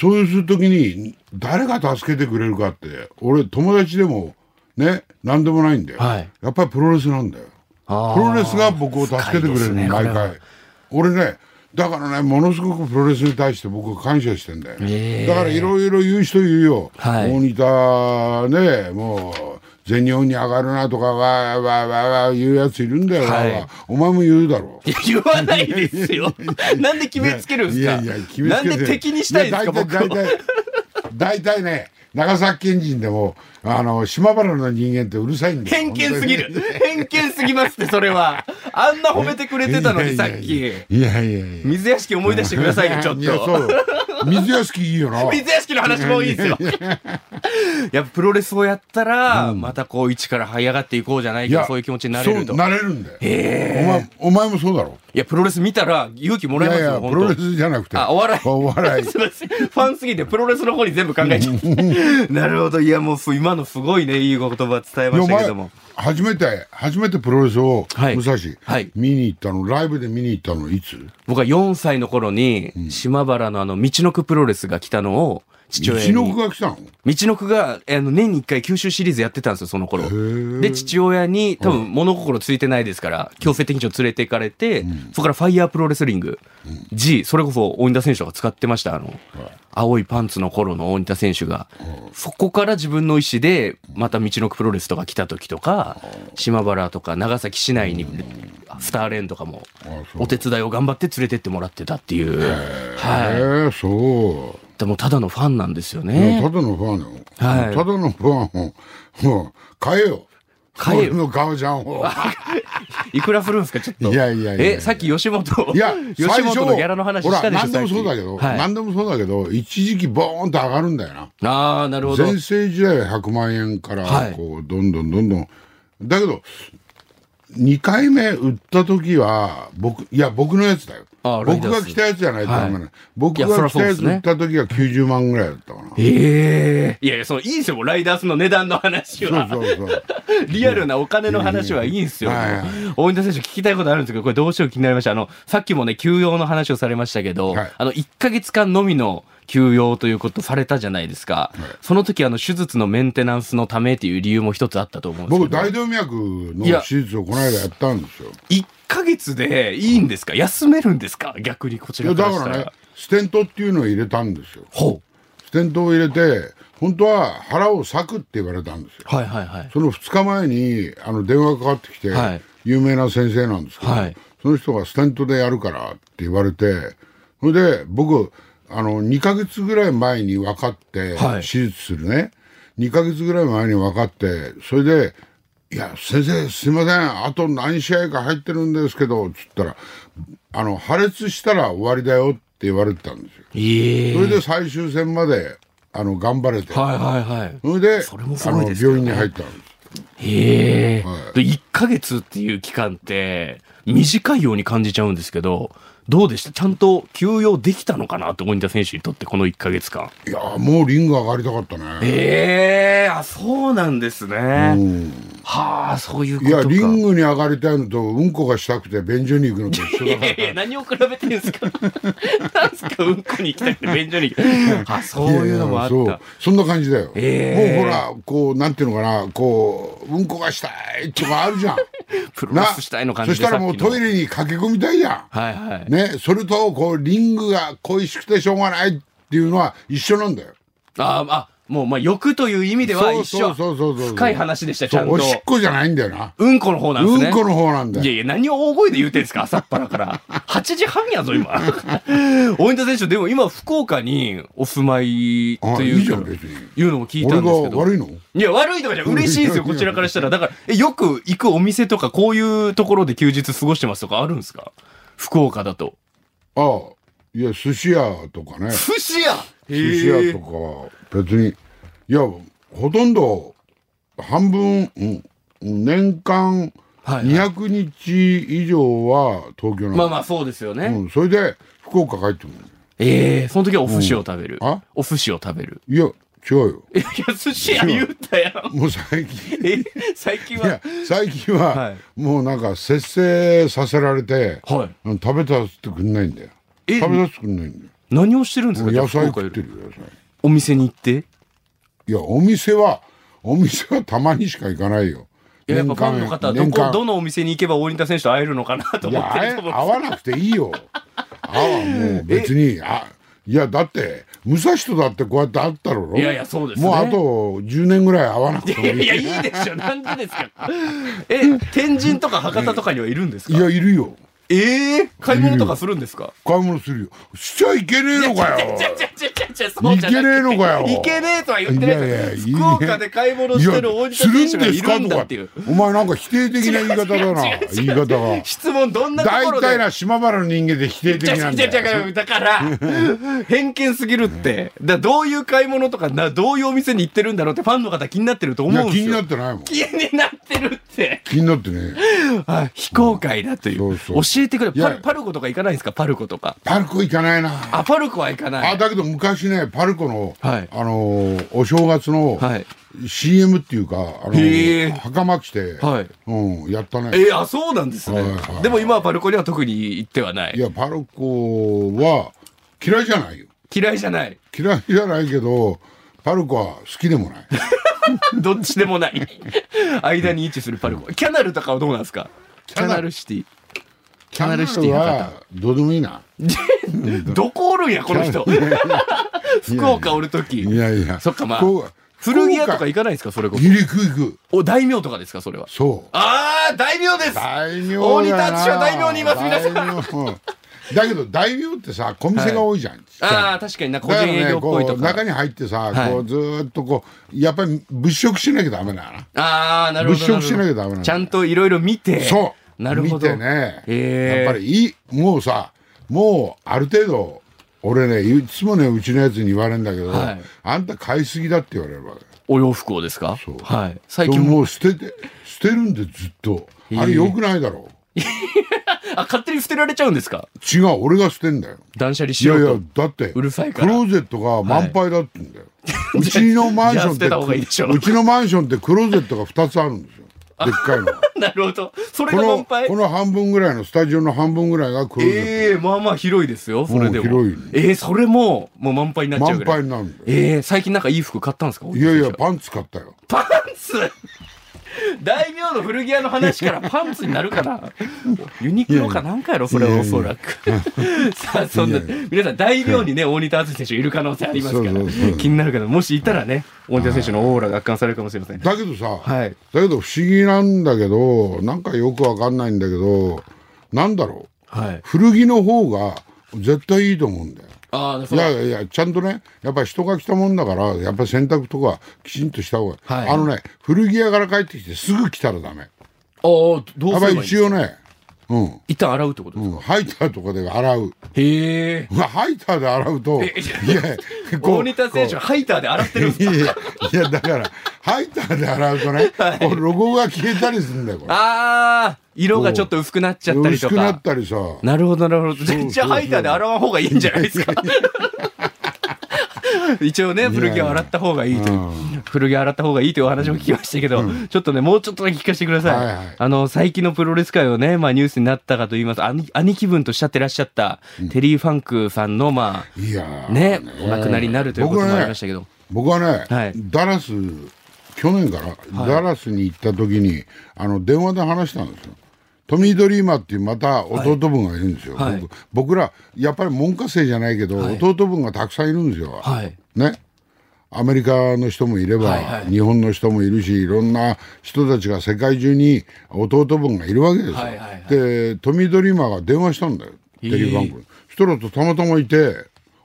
Speaker 2: そうするときに誰が助けてくれるかって俺友達でもね何でもないんだよ、
Speaker 1: はい
Speaker 2: やっぱりプロレスなんだよ
Speaker 1: あー
Speaker 2: プロレスが僕を助けてく
Speaker 1: 深い
Speaker 2: れるの、
Speaker 1: ですね
Speaker 2: 毎
Speaker 1: これは
Speaker 2: 回俺ねだからねものすごくプロレスに対して僕は感謝してんだよ、
Speaker 1: へー
Speaker 2: だからいろいろ言う人言うよ、
Speaker 1: はい
Speaker 2: 大仁田ねもう全日本に上がるなとかわーわーわーわー言うやついるんだよ、
Speaker 1: はい
Speaker 2: わーわーお前も言うだろ
Speaker 1: いや言わないですよ なんで決めつけるんですか
Speaker 2: いやいや決めつ
Speaker 1: な
Speaker 2: け
Speaker 1: ん
Speaker 2: て
Speaker 1: で敵にしたいんですか
Speaker 2: や大
Speaker 1: 僕
Speaker 2: 体
Speaker 1: を
Speaker 2: 大体大体ね長崎県人でもあの島原の人間ってうるさいんだよ
Speaker 1: 偏見すぎる偏見すぎますってそれはあんな褒めてくれてたのにさっ
Speaker 2: い
Speaker 1: き
Speaker 2: やいやいや
Speaker 1: 水屋敷思い出してくださいよちょっ
Speaker 2: いや
Speaker 1: と
Speaker 2: そう水屋敷いいよな
Speaker 1: 水屋敷の話もいいですよ。 やっぱプロレスをやったら、またこう一から這い上がっていこうじゃないけど、そういう気持ちになれる
Speaker 2: そ
Speaker 1: と。
Speaker 2: う
Speaker 1: い
Speaker 2: なれるんだよお前お前もそうだろ
Speaker 1: や、プロレス見たら勇気もら
Speaker 2: い
Speaker 1: えま
Speaker 2: や
Speaker 1: す
Speaker 2: い
Speaker 1: よ、
Speaker 2: や
Speaker 1: 本
Speaker 2: プ
Speaker 1: 当
Speaker 2: ロレスじゃなくて
Speaker 1: あお笑い
Speaker 2: お笑 い
Speaker 1: すいません。ファンすぎてプロレスの方に全部考えちゃって。 なるほど。いや、もうす今のすごいね、いいお言葉伝えましたけども。
Speaker 2: 初めて初めてプロレスを
Speaker 1: はい
Speaker 2: 武蔵
Speaker 1: はい
Speaker 2: 見に行ったのライブで見に行ったのいつ
Speaker 1: 僕は4歳の頃に、島原のあの、道のくプロレスが来たのを、父親に。
Speaker 2: 一のが来たの
Speaker 1: 道のくが、あの、年に一回九州シリーズやってたんですよ、その頃。で、父親に、多分物心ついてないですから、強制的に連れて行かれて、そこからファイヤープロレスリング、G、それこそ大仁田選手が使ってました、あの、青いパンツの頃の大仁田選手が。そこから自分の意思で、また道のくプロレスとか来た時とか、島原とか長崎市内に、スターレーンとかも、お手伝いを頑張って連れてってもらってたっていう。はい。
Speaker 2: ええそう
Speaker 1: でもただのファンなんですよ
Speaker 2: もう
Speaker 1: ね。
Speaker 2: ただのファンよ。
Speaker 1: はい
Speaker 2: ただのファンを、もう、買えよ。
Speaker 1: 買えよ
Speaker 2: 俺の顔じゃん を。
Speaker 1: いくら振るんですか、ちょっと。
Speaker 2: いやいやいやいや
Speaker 1: え、さっき吉本、
Speaker 2: いや、
Speaker 1: 吉
Speaker 2: 最
Speaker 1: 本
Speaker 2: 初、
Speaker 1: のギャラの話したでしょ、
Speaker 2: ほら、何で
Speaker 1: 最
Speaker 2: もそ
Speaker 1: 近
Speaker 2: うだけど、
Speaker 1: はい
Speaker 2: 何でもそうだけど、一時期ボーンと上がるんだよな。
Speaker 1: ああ、なるほど。
Speaker 2: 全盛時代は100万円から、
Speaker 1: はい
Speaker 2: こう、どんどんどんどん、だけど、2回目売った時は、僕、いや、僕のやつだよ。
Speaker 1: あライダ
Speaker 2: 僕
Speaker 1: ース
Speaker 2: が着たやつじゃないとダメなの、僕
Speaker 1: いやそりゃ
Speaker 2: が着
Speaker 1: そう
Speaker 2: た
Speaker 1: で
Speaker 2: や
Speaker 1: す
Speaker 2: つ
Speaker 1: ね
Speaker 2: 売った時は90万ぐらいだったかな。
Speaker 1: ええいやいや、そのいいんすよ、もうライダースの値段の話は。
Speaker 2: そうそうそう。
Speaker 1: リアルなお金の話はいいんすよ
Speaker 2: はいはい。
Speaker 1: 大田選手聞きたいことあるんですけど、これどうしよう気になりました。あの、さっきもね、休養の話をされましたけど、
Speaker 2: はい
Speaker 1: あの、1ヶ月間のみの休養ということされたじゃないですか。その時、あの、手術のメンテナンスのためっていう理由も一つあったと思うんですけ
Speaker 2: 僕、
Speaker 1: ど。
Speaker 2: 大動脈の
Speaker 1: いや
Speaker 2: 手術をこの間やったんですよ。
Speaker 1: 1ヶ月でいいんですか休めるんですか逆にこち
Speaker 2: い
Speaker 1: ら
Speaker 2: や、
Speaker 1: か
Speaker 2: だ
Speaker 1: らし
Speaker 2: か
Speaker 1: たら。
Speaker 2: らね、ステントっていうのを入れたんですよ。
Speaker 1: ほ
Speaker 2: ステントを入れて、本当は腹を裂くって言われたんですよ。
Speaker 1: う。はいはいはい。
Speaker 2: その2日前にあの電話がかかってきて、
Speaker 1: はい
Speaker 2: 有名な先生なんですけど、
Speaker 1: はい
Speaker 2: その人がステントでやるからって言われて、それで僕、あの2ヶ月ぐらい前に分かって、
Speaker 1: はい
Speaker 2: 手術するね、2ヶ月ぐらい前に分かって、それで、いや、先生、すいません、あと何試合か入ってるんですけど、つったら、あの破裂したら終わりだよって言われてたんですよ。
Speaker 1: ええ
Speaker 2: それで最終戦まであの頑張れて、
Speaker 1: はいはいはい。
Speaker 2: それで
Speaker 1: それもす
Speaker 2: あ
Speaker 1: ごい
Speaker 2: の
Speaker 1: ですよ
Speaker 2: 病
Speaker 1: ね
Speaker 2: 院に入ったんです。
Speaker 1: へえ、
Speaker 2: は
Speaker 1: で1ヶ月っていう期間って短いように感じちゃうんですけどどうでしたちゃんと休養できたのかなって大仁田選手にとってこの1ヶ月間
Speaker 2: いやーもうリング上がりたかったね。
Speaker 1: ええあそうなんですね、はあそういうこ
Speaker 2: い
Speaker 1: とか
Speaker 2: や、リングに上がりたいのと、うんこがしたくて、便所に行くのと一 緒
Speaker 1: いや
Speaker 2: だ
Speaker 1: い
Speaker 2: か
Speaker 1: やいや何を比べてるんですかなんすかうんこに行きたくて便所に行 きあそう
Speaker 2: ら。
Speaker 1: いうのもあっ
Speaker 2: いやいや
Speaker 1: た
Speaker 2: そうそんな感じだよ。
Speaker 1: ええ
Speaker 2: もうほら、こう、なんていうのかな、こう、うんこがしたいとかあるじゃん。
Speaker 1: プ ロレ
Speaker 2: な、
Speaker 1: スしたいの感じ
Speaker 2: そしたらもうトイ
Speaker 1: レ
Speaker 2: レに駆け込みたいじゃん。
Speaker 1: はいはい、
Speaker 2: ね、それと、こう、リングが恋しくてしょうがないっていうのは一緒なんだよ。
Speaker 1: ああもうまあ欲という意味では一緒
Speaker 2: そうそうそうそうそう
Speaker 1: 深い話でしたちゃん
Speaker 2: そう
Speaker 1: と
Speaker 2: おしっこじゃないんだよな。
Speaker 1: うんこの方なんですね。
Speaker 2: うんこの方なんだよ
Speaker 1: いやいや、何を大声で言うてんすか、朝っぱらから。8時 半やぞ、今。 大仁田選手、でも今、福岡にお住まい
Speaker 2: あ
Speaker 1: と
Speaker 2: いい
Speaker 1: い
Speaker 2: じゃ、
Speaker 1: うんか、
Speaker 2: 別に。
Speaker 1: いうのも聞いた
Speaker 2: 俺
Speaker 1: んですけ
Speaker 2: が
Speaker 1: ど。
Speaker 2: 悪いの
Speaker 1: いや、悪いとかじゃ嬉しいですよ、こちらからしたら。だから、え、よく行くお店とか、こういうところで休日過ごしてますとかあるんですか福岡だと。
Speaker 2: ああ、いや、寿司屋とかね。
Speaker 1: 寿司屋
Speaker 2: 寿司屋とかは別にいやほとんど半分、うん、年間
Speaker 1: はい
Speaker 2: 200日以上は東京なの、
Speaker 1: まあまあ、そうですよね。
Speaker 2: うん、それで福岡帰ってくる
Speaker 1: ええその時はお寿司を食べる。
Speaker 2: あ
Speaker 1: お寿司を食べる。
Speaker 2: いや違うよ
Speaker 1: いや、寿司屋言うたやん。
Speaker 2: もう最近
Speaker 1: え、最近
Speaker 2: い
Speaker 1: は
Speaker 2: や。最近は、
Speaker 1: はい
Speaker 2: もうなんか節制させられて、
Speaker 1: はい。
Speaker 2: うん食べさせてくんないんだよ
Speaker 1: え
Speaker 2: 食べさせてくんないんだよ
Speaker 1: 何をしてるんです
Speaker 2: も
Speaker 1: か
Speaker 2: う
Speaker 1: じゃあ
Speaker 2: 野菜
Speaker 1: 福岡
Speaker 2: 食
Speaker 1: より
Speaker 2: ってるよ野菜
Speaker 1: お店に行って
Speaker 2: いやお店はお店はたまにしか行かないよ
Speaker 1: いややっぱファンの方はど
Speaker 2: 年間
Speaker 1: こどのお店に行けば大仁田選手と会えるのかなと
Speaker 2: い
Speaker 1: 思
Speaker 2: や、
Speaker 1: って
Speaker 2: あ
Speaker 1: ると
Speaker 2: え合
Speaker 1: 思う
Speaker 2: わなくていい よ。あはもう別に、あ、いや、だって、武蔵とだってこうやって会ったろ。
Speaker 1: いやいやそうですね
Speaker 2: もうあと10年ぐらい会わなくても
Speaker 1: いや
Speaker 2: い
Speaker 1: い
Speaker 2: い。
Speaker 1: やいいでしょなんでですかえ天神とか博多とかにはいるんですか
Speaker 2: いや、いるよ。
Speaker 1: ええ買い物とかするんですか
Speaker 2: 買い物するよ。しちゃいけねえのかよ。
Speaker 1: ちゃちゃちゃちゃちゃそうじゃなくて
Speaker 2: いけねえのかよ
Speaker 1: いけねえとは言ってないです
Speaker 2: いやいやいい
Speaker 1: 福岡で買い物してる大仁田選手がいるんだっていう
Speaker 2: するんですかとかお前なんか否定的な言い方だな。言い方が。
Speaker 1: 質問どんなところ
Speaker 2: 大
Speaker 1: で
Speaker 2: 体な島原の人間で否定的
Speaker 1: じゃ
Speaker 2: なん
Speaker 1: じゃ
Speaker 2: だ
Speaker 1: じ
Speaker 2: よ。
Speaker 1: ゃだから、 偏見すぎるって。だからどういう買い物とかな、どういうお店に行ってるんだろうってファンの方気になってると思う
Speaker 2: い
Speaker 1: ん
Speaker 2: や、
Speaker 1: です
Speaker 2: 気
Speaker 1: よ。
Speaker 2: になってないもん。
Speaker 1: 気になってるって。
Speaker 2: 気になってねえ。
Speaker 1: あ、非公開だという。
Speaker 2: うんそうそ
Speaker 1: 教えてくれ。
Speaker 2: いや
Speaker 1: パルパルコとか行かないんですかパルコとか。
Speaker 2: パルコ行かないな。
Speaker 1: あ、パルコは行かな
Speaker 2: あ
Speaker 1: い。
Speaker 2: だけど昔ねパルコの、
Speaker 1: はい
Speaker 2: あのーお正月の
Speaker 1: はい
Speaker 2: CM っていうか、あの
Speaker 1: へえ
Speaker 2: ー、袴着て、
Speaker 1: はい
Speaker 2: うん、やったね、
Speaker 1: えーあ、そうなんですね
Speaker 2: はいは。い
Speaker 1: でも今はパルコには特に行ってはないい。
Speaker 2: やパルコは嫌いじゃないよ
Speaker 1: 嫌いじゃない。
Speaker 2: 嫌いじゃないけどパルコは好きでもない
Speaker 1: どっちでもない。間に位置するパルコ。キャナルとかはどうなんですかキャ
Speaker 2: ャナル
Speaker 1: ナルシティ。
Speaker 2: キ
Speaker 1: ャナルシティの方
Speaker 2: はどうでもいいな
Speaker 1: どこおるんや、この人。 福岡おるとき。
Speaker 2: いやいや
Speaker 1: そっかまあ
Speaker 2: こう
Speaker 1: 古着屋とか
Speaker 2: 行
Speaker 1: 行かないですかそれこそ。
Speaker 2: く行く
Speaker 1: お、大名とかですかそれは。
Speaker 2: そう
Speaker 1: あー、大名です
Speaker 2: 大名だな
Speaker 1: 大仁田敦は大名にいます皆さん
Speaker 2: 大名だけど大名ってさ小店が多いじゃん、
Speaker 1: あー、確かにな、個人
Speaker 2: だからね
Speaker 1: 営業っぽいと
Speaker 2: こう
Speaker 1: か。
Speaker 2: 中に入ってさ、
Speaker 1: はい
Speaker 2: こうずーっとこうやっぱり物色しなきゃダメだな
Speaker 1: あー、なるほど。
Speaker 2: 物色しなきゃダメな
Speaker 1: るほ
Speaker 2: の
Speaker 1: ちゃんといろいろ見て。
Speaker 2: そう
Speaker 1: なるほど。
Speaker 2: 見てね、
Speaker 1: へー
Speaker 2: やっぱりいいもうさもうある程度俺ねいつもねうちのやつに言われるんだけど、
Speaker 1: はい
Speaker 2: あんた買いすぎだって言われるわけ
Speaker 1: お洋服をですか
Speaker 2: そう
Speaker 1: はい。最
Speaker 2: でも
Speaker 1: 近も、
Speaker 2: もう捨てて捨てるんでずっとあれよくないだろう
Speaker 1: あ、勝手に捨てられちゃうんですか
Speaker 2: 違う俺が捨てんだよ
Speaker 1: 断捨離し
Speaker 2: い
Speaker 1: よ
Speaker 2: や
Speaker 1: う
Speaker 2: い
Speaker 1: と。
Speaker 2: やだって
Speaker 1: うるさいか
Speaker 2: ク
Speaker 1: ら
Speaker 2: ローゼットが満杯だってんだよ、うちのマンショ
Speaker 1: じゃ
Speaker 2: ンって
Speaker 1: あ捨てた方がいいでしょう
Speaker 2: うちのマンションってクローゼットが2つあるんですよでっかいの が
Speaker 1: なるほど。それ
Speaker 2: こ
Speaker 1: が
Speaker 2: の
Speaker 1: 満杯
Speaker 2: こ。の半分ぐらいのスタジオの半分ぐらいがクローゼット、
Speaker 1: ええまあまあ広いですよ。それでも。
Speaker 2: もう広い
Speaker 1: ええそれも、もう満杯になっちゃう
Speaker 2: 満
Speaker 1: ぐら
Speaker 2: 杯
Speaker 1: い。
Speaker 2: になるんだよ
Speaker 1: ええ最近なんかいい服買ったんですか
Speaker 2: いやいやパンツ買ったよ
Speaker 1: パンツ大名の古着屋の話からパンツになるかなユニクロかなんかやろそれはおそらく さあそんない
Speaker 2: や
Speaker 1: 皆さん大名にね大仁田淳選手いる可能性ありますから
Speaker 2: そうそうそう
Speaker 1: 気になる方もしいたらね大仁田選手のオーラが圧巻されるかもしれません
Speaker 2: だけどさ、
Speaker 1: はい
Speaker 2: だけど不思議なんだけどなんかよくわかんないんだけどなんだろう
Speaker 1: はい
Speaker 2: 古着の方が絶対いいと思うんだよ
Speaker 1: ああ
Speaker 2: い
Speaker 1: そう
Speaker 2: やいやちゃんとねやっぱり人が来たもんだからやっぱり洗濯とかきちんとした方が、
Speaker 1: はい
Speaker 2: あのね古着屋から帰ってきてすぐ来たらダメ
Speaker 1: ああどう
Speaker 2: や
Speaker 1: す
Speaker 2: っぱ
Speaker 1: れ
Speaker 2: り
Speaker 1: ばいい
Speaker 2: 一応ねうん
Speaker 1: 一旦洗うってことです
Speaker 2: うんハイターとかで洗う
Speaker 1: へえ
Speaker 2: まあハイターで洗うといやこ
Speaker 1: 大
Speaker 2: う
Speaker 1: 仁田選手はハイターで洗ってるんです
Speaker 2: いやいやいやだからハイターで洗うとね、こうロゴが消えたりするんだよこれ
Speaker 1: ああ色がちょっと薄くなっちゃったり
Speaker 2: 薄
Speaker 1: と
Speaker 2: く
Speaker 1: か
Speaker 2: なったりさ
Speaker 1: なるほどなるほど。
Speaker 2: そう
Speaker 1: じゃあハイターで洗わん方がいいんじゃないですか。一応ね古着を洗った方がいいという、古着を洗った方がいいというお話も聞きましたけど、ちょっとねもうちょっとだけ聞かせてください、
Speaker 2: はいはい
Speaker 1: あの最近のプロレス界をね、まあ、ニュースになったかと言います兄兄貴分としゃってらっしゃった、テリー・ファンクさんのま
Speaker 2: いや
Speaker 1: あ
Speaker 2: ー
Speaker 1: ねお亡くなりになるということもありましたけど、
Speaker 2: 僕はね、
Speaker 1: はい
Speaker 2: ダラス去年から、ダラスに行った時にあの電話で話したんですよトミー・ドリーマーっていうまた弟分がいるんですよ、
Speaker 1: はい
Speaker 2: 僕僕らやっぱり門下生じゃないけど、弟分がたくさんいるんですよ、
Speaker 1: はい
Speaker 2: ねアメリカの人もいれば、
Speaker 1: はいはい
Speaker 2: 日本の人もいるしいろんな人たちが世界中に弟分がいるわけですよ、
Speaker 1: はいはいはい
Speaker 2: でトミー・ドリーマーが電話したんだよテレビ番組、そしたらとたまたまいて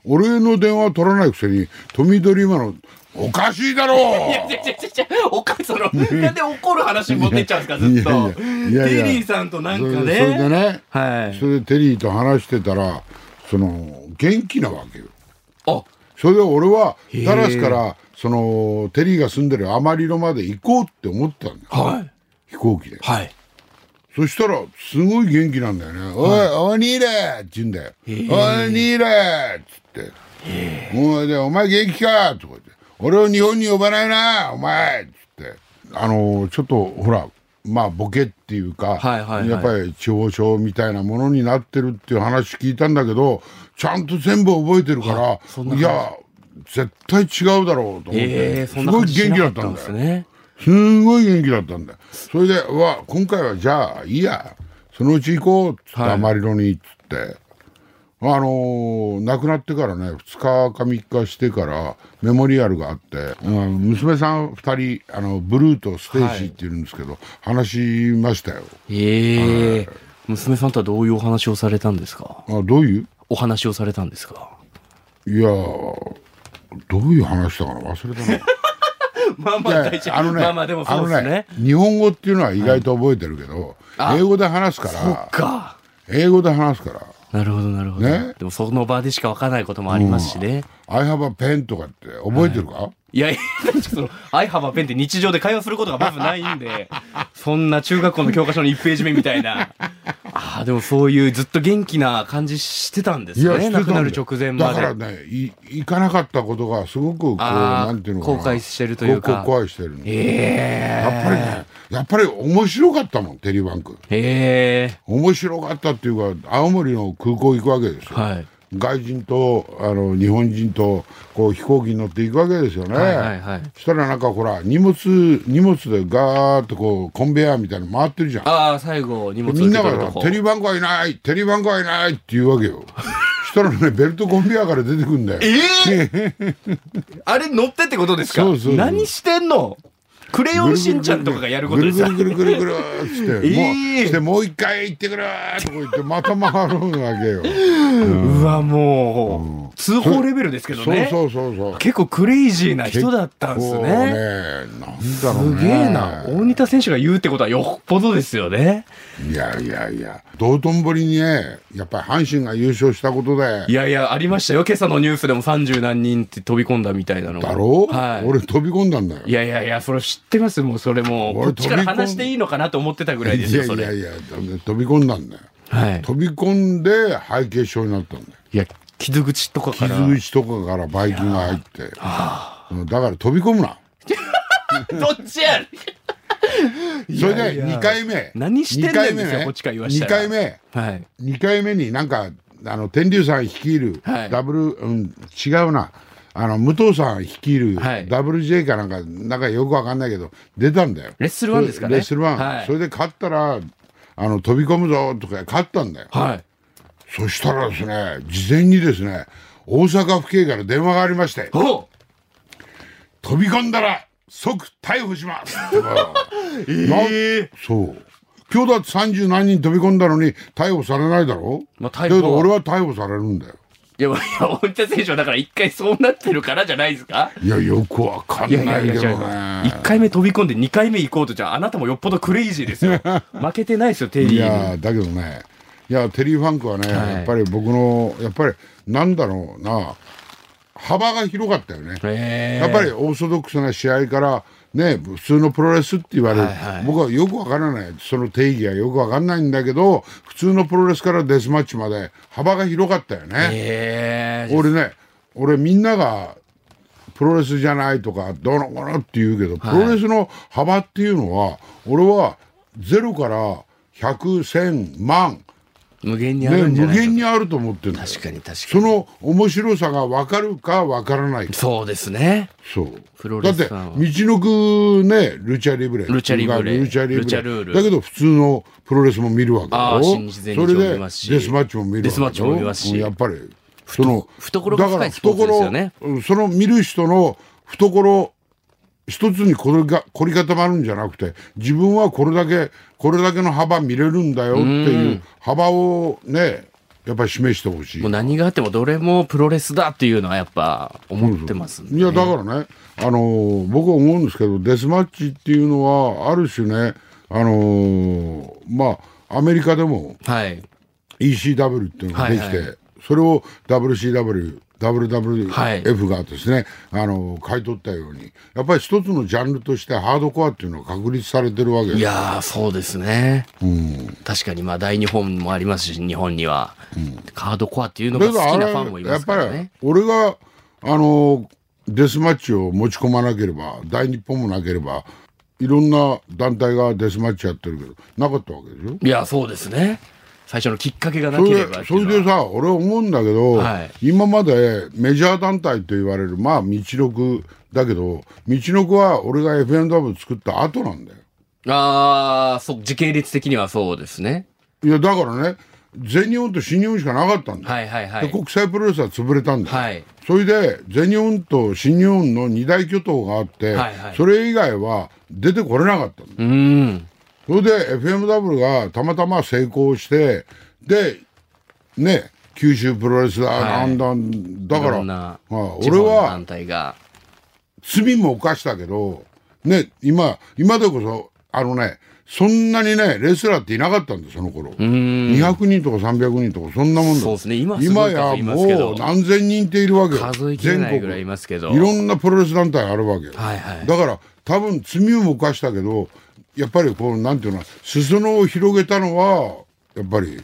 Speaker 2: 俺の電話取らないくせにトミー・ドリーマーの「おかし いだろう!」
Speaker 1: ちょちょちょちょおかそのなんで怒る話に持ってっちゃうんですかずっと
Speaker 2: いやいやいやいや
Speaker 1: テリーさんとなんかね
Speaker 2: それでそれでね、
Speaker 1: はい
Speaker 2: それでテリーと話してたらその元気なわけよ
Speaker 1: あ
Speaker 2: それで俺はダラスからそのテリーが住んでるアマリロまで行こうって思ったんだよ
Speaker 1: はい
Speaker 2: 飛行機で
Speaker 1: はい
Speaker 2: そしたらすごい元気なんだよね「おいおにいれ!」って言うんだよ「おにいれ!」っつって「おいでお前元気か?」とか言って「俺を日本に呼ばないなお前!」っつってあのちょっとほらまあボケっていうか、
Speaker 1: はいはいはい
Speaker 2: やっぱり地方症みたいなものになってるっていう話聞いたんだけどちゃんと全部覚えてるから、いや絶対違うだろうと思って、
Speaker 1: ええそん
Speaker 2: す
Speaker 1: な
Speaker 2: ごい
Speaker 1: 感じし
Speaker 2: 元
Speaker 1: な
Speaker 2: 気
Speaker 1: か
Speaker 2: だ
Speaker 1: っ
Speaker 2: ったた
Speaker 1: ん
Speaker 2: ん
Speaker 1: で
Speaker 2: だよ
Speaker 1: す。ね。
Speaker 2: すんごい元気だったんだよそれでうわ今回はじゃあいいやそのうち行こうっつって、
Speaker 1: はい
Speaker 2: アマリロにっつってあのー亡くなってからね2日か3日してからメモリアルがあって、うん娘さん2人あのブルーとステイシーっていうんですけど、話しましたよ
Speaker 1: ええ娘さんとはどういうお話をされたんですか
Speaker 2: あどういう
Speaker 1: お話をされたんですか
Speaker 2: いやーどういう話だかな忘れたな
Speaker 1: まあま
Speaker 2: いや
Speaker 1: まあまあでもそうで
Speaker 2: あ
Speaker 1: す
Speaker 2: の
Speaker 1: ね。
Speaker 2: ね日本語っていうのは意外と覚えてるけど、英語で話すから
Speaker 1: か。
Speaker 2: 英語で話すから
Speaker 1: なるほど、なるほど。
Speaker 2: ね
Speaker 1: でもその場でしかわからないこともありますしね。
Speaker 2: 「I have a pen」とかって覚えてるか、
Speaker 1: いやいや、確かにその、アイハバペンって日常で会話することがまずないんで、そんな中学校の教科書の1ページ目みたい な。ああ、でもそういうずっと元気な感じしてたんで
Speaker 2: い
Speaker 1: すね。
Speaker 2: してた
Speaker 1: 亡
Speaker 2: ん
Speaker 1: く
Speaker 2: だ
Speaker 1: な
Speaker 2: よ
Speaker 1: る直前まで。
Speaker 2: だからねい行かなかったことがすごくこう
Speaker 1: あー
Speaker 2: なんていうのかな
Speaker 1: 後悔してるというか
Speaker 2: こ後悔してるの、
Speaker 1: え
Speaker 2: やっぱりねやっぱり面白かったもんテリーバンク
Speaker 1: ええ
Speaker 2: 面白かったっていうか青森の空港行くわけですよ、
Speaker 1: はい
Speaker 2: 外人とあの日本人とこう飛行機に乗って行くわけですよね、
Speaker 1: はいはいはい
Speaker 2: そしたらなんかほら荷物荷物でガーッとこうコンベヤーみたいなの回ってるじゃん
Speaker 1: ああ、最後、荷物
Speaker 2: みんな
Speaker 1: 受け
Speaker 2: が
Speaker 1: 取るとこ
Speaker 2: テリーバンクはいない、テリーバンクはいないって言うわけよ。 そしたらね、ベルトコンベヤーから出てくんだよ。
Speaker 1: ええあれ乗ってってことですか
Speaker 2: そうそうそう
Speaker 1: 何してんのクレヨンしんちゃんとかがやること
Speaker 2: ぐ
Speaker 1: で
Speaker 2: る
Speaker 1: す
Speaker 2: ぐ
Speaker 1: よ
Speaker 2: るぐるぐるぐるっつって、もう
Speaker 1: ええ
Speaker 2: してもう一回行ってくるとか言ってまた回るわけよ、
Speaker 1: うわもう通報レベルですけど
Speaker 2: そう
Speaker 1: ね
Speaker 2: そうそうそう
Speaker 1: 結構クレイジーな人だったんです
Speaker 2: こう
Speaker 1: ね
Speaker 2: なんだろう
Speaker 1: す
Speaker 2: ね
Speaker 1: げえな大仁田選手が言うってことはよっぽどですよね
Speaker 2: いやいやいや道頓堀にねやっぱり阪神が優勝したことで
Speaker 1: いやいやありましたよ今朝のニュースでも30何人って飛び込んだみたいなのが
Speaker 2: だろう、
Speaker 1: はい
Speaker 2: 俺飛び込んだんだよ
Speaker 1: いやいやいや、それ知ってますもうそれもう、こ
Speaker 2: 俺
Speaker 1: っちから
Speaker 2: 飛び込ん
Speaker 1: 話していいのかなと思ってたぐらいですよ、
Speaker 2: い
Speaker 1: そ
Speaker 2: や
Speaker 1: れ。
Speaker 2: いやいや飛び込んだんだよ
Speaker 1: はい。
Speaker 2: 飛び込んで敗血症になったんだよ
Speaker 1: いや、傷口とかから。
Speaker 2: 傷口とかからばい菌が入ってうんだから飛び込むな
Speaker 1: どっちや
Speaker 2: それで2回目
Speaker 1: 何してんねん
Speaker 2: 二回目ね
Speaker 1: ですよこっちから言わした
Speaker 2: 2
Speaker 1: ら
Speaker 2: 回目
Speaker 1: はい。
Speaker 2: 2回目になんかあの天竜さん率いる
Speaker 1: はい
Speaker 2: ダブル、うん、違うなあの武藤さん率いる
Speaker 1: はい
Speaker 2: WJ かなんかなんかよくわかんないけど出たんだよ
Speaker 1: レッスルワンですかね
Speaker 2: レッスルワン、
Speaker 1: はい
Speaker 2: それで勝ったらあの飛び込むぞとか勝ったんだよ
Speaker 1: はい。
Speaker 2: そしたらですね事前にですね大阪府警から電話がありまして
Speaker 1: お
Speaker 2: 飛び込んだら即逮捕します えそう今日だって三十何人飛び込んだのに逮捕されないだろ
Speaker 1: まあ逮捕は
Speaker 2: だけど俺は逮捕されるんだよ
Speaker 1: いや、いや、大分選手はだから一回そうなってるからじゃないですか
Speaker 2: いやよくわかんないけど
Speaker 1: 違います一
Speaker 2: ね
Speaker 1: 回目飛び込んで二回目行こうとじゃあ、あなたもよっぽどクレイジーですよ。負けてないですよ、テ
Speaker 2: い
Speaker 1: リーに。
Speaker 2: やだけどねいやテリー・ファンクはね、
Speaker 1: はい
Speaker 2: やっぱり僕のやっぱりなんだろうな幅が広かったよね
Speaker 1: へえ
Speaker 2: やっぱりオーソドックスな試合から、ね、普通のプロレスって言われる、
Speaker 1: はいはい
Speaker 2: 僕はよくわからない、その定義がよくわかんないんだけど、普通のプロレスからデスマッチまで幅が広かったよね。
Speaker 1: へえ
Speaker 2: 俺ね、俺みんながプロレスじゃないとか、どうのこうのって言うけど、プロレスの幅っていうのは、俺はゼロから100、1000、万、
Speaker 1: 無限にあ
Speaker 2: ね、
Speaker 1: るんじゃ
Speaker 2: 無
Speaker 1: ない
Speaker 2: 限にあると思ってるんだよ
Speaker 1: 確かに確かに。
Speaker 2: その面白さがわかるかわからないか。
Speaker 1: そうですね。
Speaker 2: そう。
Speaker 1: プロレスさんは
Speaker 2: だって、道のくね、ルチャリブレ。
Speaker 1: ルチャリブレ
Speaker 2: ルチャリブレ。
Speaker 1: ルチャルール
Speaker 2: だけど、普通のプロレスも見るわけだ
Speaker 1: あ
Speaker 2: ろ。
Speaker 1: ー
Speaker 2: そ
Speaker 1: 新日前日
Speaker 2: れ
Speaker 1: も
Speaker 2: で、
Speaker 1: 見
Speaker 2: デ
Speaker 1: ますし
Speaker 2: スマッチも見るわけだろ
Speaker 1: デスマッチも見ますし
Speaker 2: うんやっぱり、その、
Speaker 1: 懐が深いスポーツですよね
Speaker 2: だから懐その見る人の懐、一つにこれが凝り固まるんじゃなくて自分はこれだけこれだけの幅見れるんだよっていう幅をねやっぱり示してほしい
Speaker 1: もう何があってもどれもプロレスだっていうのはやっぱ思ってますんで
Speaker 2: いやだからね、あのー僕は思うんですけどデスマッチっていうのはある種ね、あのーまあアメリカでも
Speaker 1: はい。
Speaker 2: ECW っていうのができて、
Speaker 1: はいは
Speaker 2: それを WCW、WWF がですね、あのー買い取ったようにやっぱり一つのジャンルとしてハードコアっていうのが確立されてるわけ
Speaker 1: い
Speaker 2: で
Speaker 1: やー、そうですね。確かに、まあ、大日本もありますし、日本には。カードコアっていうの
Speaker 2: だ
Speaker 1: が
Speaker 2: け
Speaker 1: 好き
Speaker 2: どあ
Speaker 1: な
Speaker 2: れ
Speaker 1: ファンもい
Speaker 2: や
Speaker 1: ま
Speaker 2: っ
Speaker 1: すか
Speaker 2: ぱ
Speaker 1: ら
Speaker 2: り
Speaker 1: ね。
Speaker 2: 俺が、あのーデスマッチを持ち込まなければ大日本もなければいろんな団体がデスマッチやってるけどなかったわけでしょ
Speaker 1: いや、そうですね。最初のきっかけがな
Speaker 2: そ
Speaker 1: け
Speaker 2: れ
Speaker 1: れば
Speaker 2: で
Speaker 1: って
Speaker 2: そ
Speaker 1: いうのは
Speaker 2: れでさ俺思うんだけど、
Speaker 1: はい
Speaker 2: 今までメジャー団体と言われるまあ道のくだけど道のくは俺が FNW 作った後なんだよ
Speaker 1: あー、そう、時系列的にはそうですね。
Speaker 2: いやだからね全日本と新日本しかなかったんだよ、
Speaker 1: はいはいは
Speaker 2: で
Speaker 1: い。
Speaker 2: 国際プロレスは潰れたんだよ、
Speaker 1: はい。
Speaker 2: それで全日本と新日本の二大巨頭があって、
Speaker 1: はいはい
Speaker 2: それ以外は出てこれなかったんだよ
Speaker 1: うーん。
Speaker 2: それで FMW がたまたま成功してでね九州プロレスだ、
Speaker 1: はい
Speaker 2: なんだだか
Speaker 1: い
Speaker 2: ら
Speaker 1: ろんな
Speaker 2: まあ、
Speaker 1: 地
Speaker 2: 俺
Speaker 1: 方の
Speaker 2: は
Speaker 1: 団体が。
Speaker 2: 罪も犯したけど、ね、今、今でこそ、あのね、そんなにね、レスラーっていなかったんだよ、その頃。200人とか300人とか、そんなもんだ。
Speaker 1: そうですね今はすご
Speaker 2: 今
Speaker 1: い
Speaker 2: や
Speaker 1: 数いますけど
Speaker 2: もう何千人っているわけよ。
Speaker 1: 数えきれないぐらいいますけど
Speaker 2: 全国いろんなプロレス団体あるわけよ。
Speaker 1: はいはい
Speaker 2: だから、多分罪を犯したけど、やっぱりこう、なんていうの、裾野を広げたのは、やっぱり、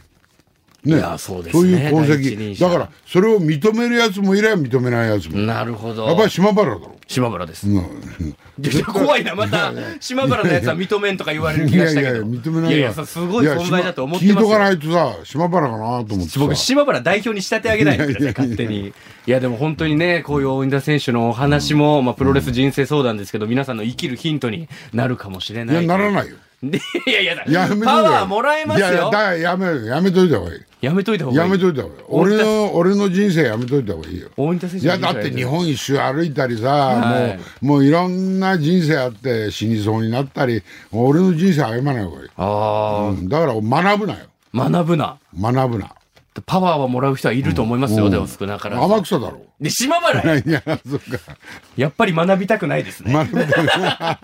Speaker 2: ね、
Speaker 1: いやそうですね
Speaker 2: そういう功
Speaker 1: 第一人
Speaker 2: 績。
Speaker 1: 者
Speaker 2: だから、それを認めるやつもいれば認めないやつも。
Speaker 1: なるほど。
Speaker 2: やっぱり島原だろ。
Speaker 1: 島村です。
Speaker 2: うん
Speaker 1: いや怖いな、ま た、島原のやつは認めんとか言われる気がしたけど。
Speaker 2: いやいや認めない
Speaker 1: いや
Speaker 2: よ
Speaker 1: いや、そうすごい存在だと思って
Speaker 2: いや
Speaker 1: ま
Speaker 2: 聞
Speaker 1: す
Speaker 2: いとか
Speaker 1: よ。
Speaker 2: ないとさ島原かなと思ってさ
Speaker 1: 僕、島原代表に仕立て上げないでくだ
Speaker 2: い
Speaker 1: さい、
Speaker 2: やいやいや
Speaker 1: 勝手に。いや、でも本当にね、こういう大仁田選手のお話も、まあ、プロレス人生相談ですけど、皆さんの生きるヒントになるかもしれないい。
Speaker 2: やならないよ
Speaker 1: で いやいやだ
Speaker 2: やめといた
Speaker 1: パ
Speaker 2: 方がいい
Speaker 1: ワーもらえますよ
Speaker 2: いやいやだからやめやめといた方がいい
Speaker 1: やめといた方がい
Speaker 2: や
Speaker 1: い
Speaker 2: めといた方がいい俺の俺の人生やめといた方がいいよ
Speaker 1: 大仁田選
Speaker 2: い
Speaker 1: 手の
Speaker 2: や
Speaker 1: 人生
Speaker 2: だって日本一周歩いたりさ、
Speaker 1: はい
Speaker 2: もうもういろんな人生あって死にそうになったり俺の人生歩まない方がいい、
Speaker 1: あ
Speaker 2: うんだから学ぶなよ
Speaker 1: あ学ぶな
Speaker 2: 学ぶな
Speaker 1: パワーはもらう人はいると思いますよ、でも少なからず
Speaker 2: 天草だろ
Speaker 1: で島原
Speaker 2: いやそっか
Speaker 1: やっぱり学びたくないですね
Speaker 2: 学ぶ な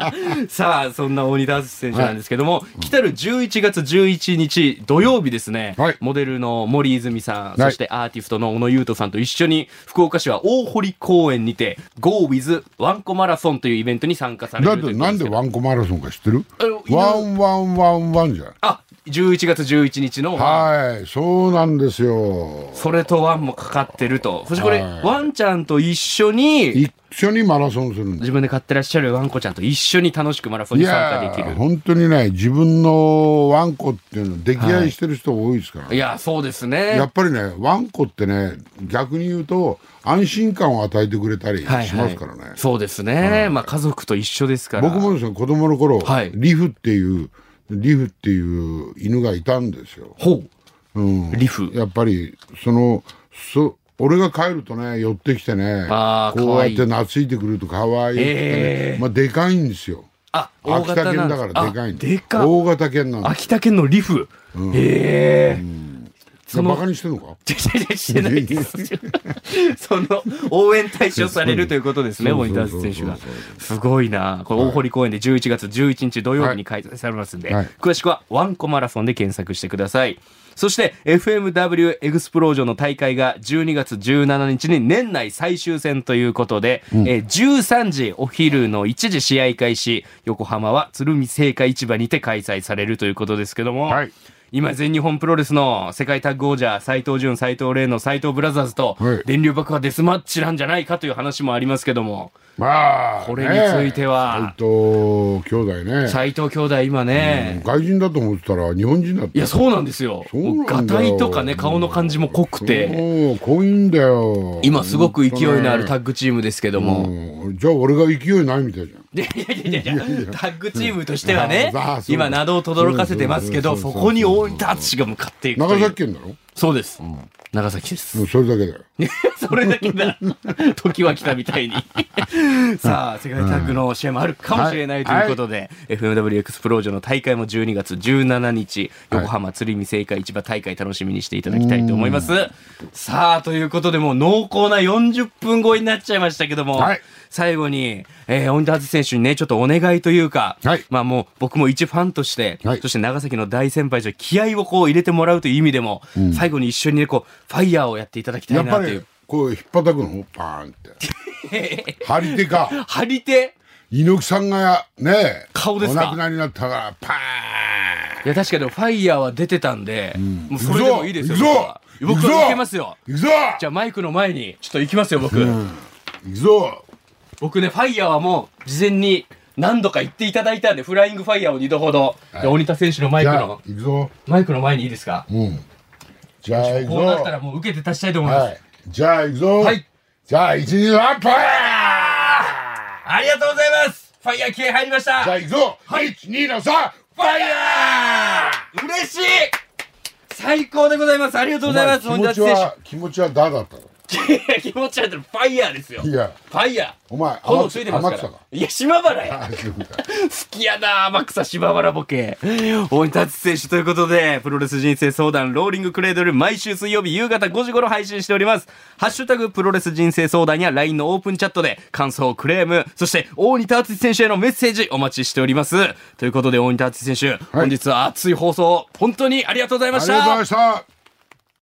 Speaker 1: さあそんな大仁田淳選手なんですけども、来たる11月11日土曜日ですね、
Speaker 2: はい
Speaker 1: モデルの森泉さん、
Speaker 2: はい
Speaker 1: そしてアーティストの小野優斗さんと一緒に福岡市は大堀公園にて GoWith ワンコマラソンというイベントに参加され
Speaker 2: だ
Speaker 1: る
Speaker 2: っ
Speaker 1: とい
Speaker 2: て
Speaker 1: う
Speaker 2: なんで
Speaker 1: ン
Speaker 2: ワンコマラソンか知ってる
Speaker 1: あ
Speaker 2: ワンワンワンワンじゃん
Speaker 1: あ11月11日の
Speaker 2: はいそうなんですよ
Speaker 1: それとワンもかかってるとそしてこれ、
Speaker 2: はい
Speaker 1: ワンちゃんと一緒に
Speaker 2: 一緒にマラソンするんだ
Speaker 1: 自分で飼ってらっしゃるワンコちゃんと一緒に楽しくマラソン
Speaker 2: い
Speaker 1: に参加
Speaker 2: や
Speaker 1: できる
Speaker 2: ー本当にね自分のワンコっていうの溺愛してる人多いですから、
Speaker 1: いやそうですね
Speaker 2: やっぱりねワンコってね逆に言うと安心感を与えてくれたりし
Speaker 1: はいはい
Speaker 2: ますからね、
Speaker 1: そうですね、まあ家族と一緒ですから
Speaker 2: 僕もですね子供の頃、
Speaker 1: はい
Speaker 2: リフっていうリフっていう犬がいたんですよ
Speaker 1: ほう
Speaker 2: うん
Speaker 1: リフ
Speaker 2: やっぱりそのそ俺が帰るとね寄ってきてね
Speaker 1: あー
Speaker 2: こうや
Speaker 1: 可
Speaker 2: って懐いてくると可愛いってね、
Speaker 1: え
Speaker 2: まあでかいんですよ
Speaker 1: あ
Speaker 2: 秋田県
Speaker 1: ん
Speaker 2: だからでかいん
Speaker 1: あでか
Speaker 2: 大型犬なんです
Speaker 1: 秋田県のリフ、へえその
Speaker 2: バカにしてんのか
Speaker 1: 違う違うしてないですよその応援対象されるということですね、
Speaker 2: そう
Speaker 1: モ
Speaker 2: そう
Speaker 1: ニタ
Speaker 2: そう
Speaker 1: ー
Speaker 2: そう
Speaker 1: ズ選手が。すごいな、これ大堀公園で11月11日土曜日に開催されますんで、
Speaker 2: はい
Speaker 1: 詳しくはワンコマラソンで検索してください。そして FMW エグスプロージョンの大会が12月17日に年内最終戦ということで、えー13時お昼の1時試合開始横浜は鶴見青果市場にて開催されるということですけども、
Speaker 2: はい
Speaker 1: 今全日本プロレスの世界タッグ王者斎藤潤斎藤麗の斎藤ブラザーズと
Speaker 2: はい
Speaker 1: 電流爆破デスマッチなんじゃないかという話もありますけども
Speaker 2: まあ
Speaker 1: これについては
Speaker 2: 斎藤兄弟ね
Speaker 1: 斎藤兄弟今ね
Speaker 2: 外人だと思ってたら日本人だった
Speaker 1: いやそうなんですよ
Speaker 2: そうなんだよ
Speaker 1: もうガタイとかね顔の感じも濃くて
Speaker 2: もう濃いんだよ
Speaker 1: 今すごく勢いのあるタ
Speaker 2: ッ
Speaker 1: ッグチームですけども
Speaker 2: うんじゃあ俺が勢いないみたいじゃん
Speaker 1: いやいやいやいやタッグチームとしてはね
Speaker 2: うん あそう
Speaker 1: 今などを轟かせてますけど
Speaker 2: そうそう
Speaker 1: そ
Speaker 2: そうそう
Speaker 1: こに大仁田淳が向かっていくと
Speaker 2: 長
Speaker 1: いう
Speaker 2: 崎県だろ
Speaker 1: そうです長崎です
Speaker 2: もうそれだけだよ
Speaker 1: それだけ だ。時は来たみたいに。さあ、世界タッグの試合もあるかもしれないということで、FMW エクスプロージョンの大会も12月17日、横浜鶴見青果市場大会楽しみにしていただきたいと思います。さあ、ということで、もう濃厚な40分超えになっちゃいましたけども、
Speaker 2: はい
Speaker 1: 最後に、えー、オンダーズ選手にね、ちょっとお願いというか、
Speaker 2: はい
Speaker 1: まあもう僕も一ファンとして、
Speaker 2: はい
Speaker 1: そして長崎の大先輩として気合をこう入れてもらうという意味でも、最後に一緒にね、こう、ファイヤーをやっていただきた
Speaker 2: や
Speaker 1: い
Speaker 2: っぱ
Speaker 1: なとい
Speaker 2: り
Speaker 1: う。
Speaker 2: こう引っ叩くのパーン って張り手か
Speaker 1: 張り手
Speaker 2: 猪木さんがね
Speaker 1: 顔ですか
Speaker 2: お亡くなりになったからパーン
Speaker 1: いや確かにファイヤーは出てたんで、もうそれでもいいですよ
Speaker 2: 行
Speaker 1: 僕
Speaker 2: くぞ
Speaker 1: は僕
Speaker 2: 行くぞ
Speaker 1: は行けますよ
Speaker 2: 行くぞ
Speaker 1: じゃあマイクの前にちょっと行きますよ僕、
Speaker 2: 行くぞ
Speaker 1: 僕ねファイヤーはもう事前に何度か言っていただいたんでフライングファイヤーを2度ほど、じゃあ鬼田選手のマイ
Speaker 2: じ
Speaker 1: ク
Speaker 2: ゃあ行
Speaker 1: の
Speaker 2: くぞ
Speaker 1: マイクの前にいいですか
Speaker 2: うんじゃあ行く
Speaker 1: こうなったら
Speaker 2: ぞ
Speaker 1: もう受けて立ちたいと思います、
Speaker 2: はいじゃあ行くぞ
Speaker 1: はい
Speaker 2: じゃあ一二三パーン
Speaker 1: ありがとうございますファイヤー系入りまし
Speaker 2: じゃ
Speaker 1: た
Speaker 2: あ行くぞはい1、2の3、ファイヤ
Speaker 1: 嬉しい最高でございますありがとう
Speaker 2: ー
Speaker 1: ございます
Speaker 2: お
Speaker 1: 鬼田
Speaker 2: 前気持ち
Speaker 1: 選
Speaker 2: は、気持ちはダだったろ
Speaker 1: 手気持ち悪いファイヤーですよ
Speaker 2: いや、
Speaker 1: ファイヤー
Speaker 2: お前、
Speaker 1: 炎ついてますか
Speaker 2: 天
Speaker 1: ら
Speaker 2: 草か。
Speaker 1: いや島原や
Speaker 2: あ、そうか。
Speaker 1: 好きやな天草芝原ボケ大仁田淳選手ということでプロレス人生相談ローリングクレードル毎週水曜日夕方5時頃配信しておりますハッシュタグプロレス人生相談や LINE のオープンチャットで感想クレームそして大仁田淳選手へのメッセージお待ちしておりますということで大仁田淳選手、本日は熱い放送本当にありがとうございま
Speaker 2: あ
Speaker 1: し
Speaker 2: りがとうござい
Speaker 1: た
Speaker 2: ました。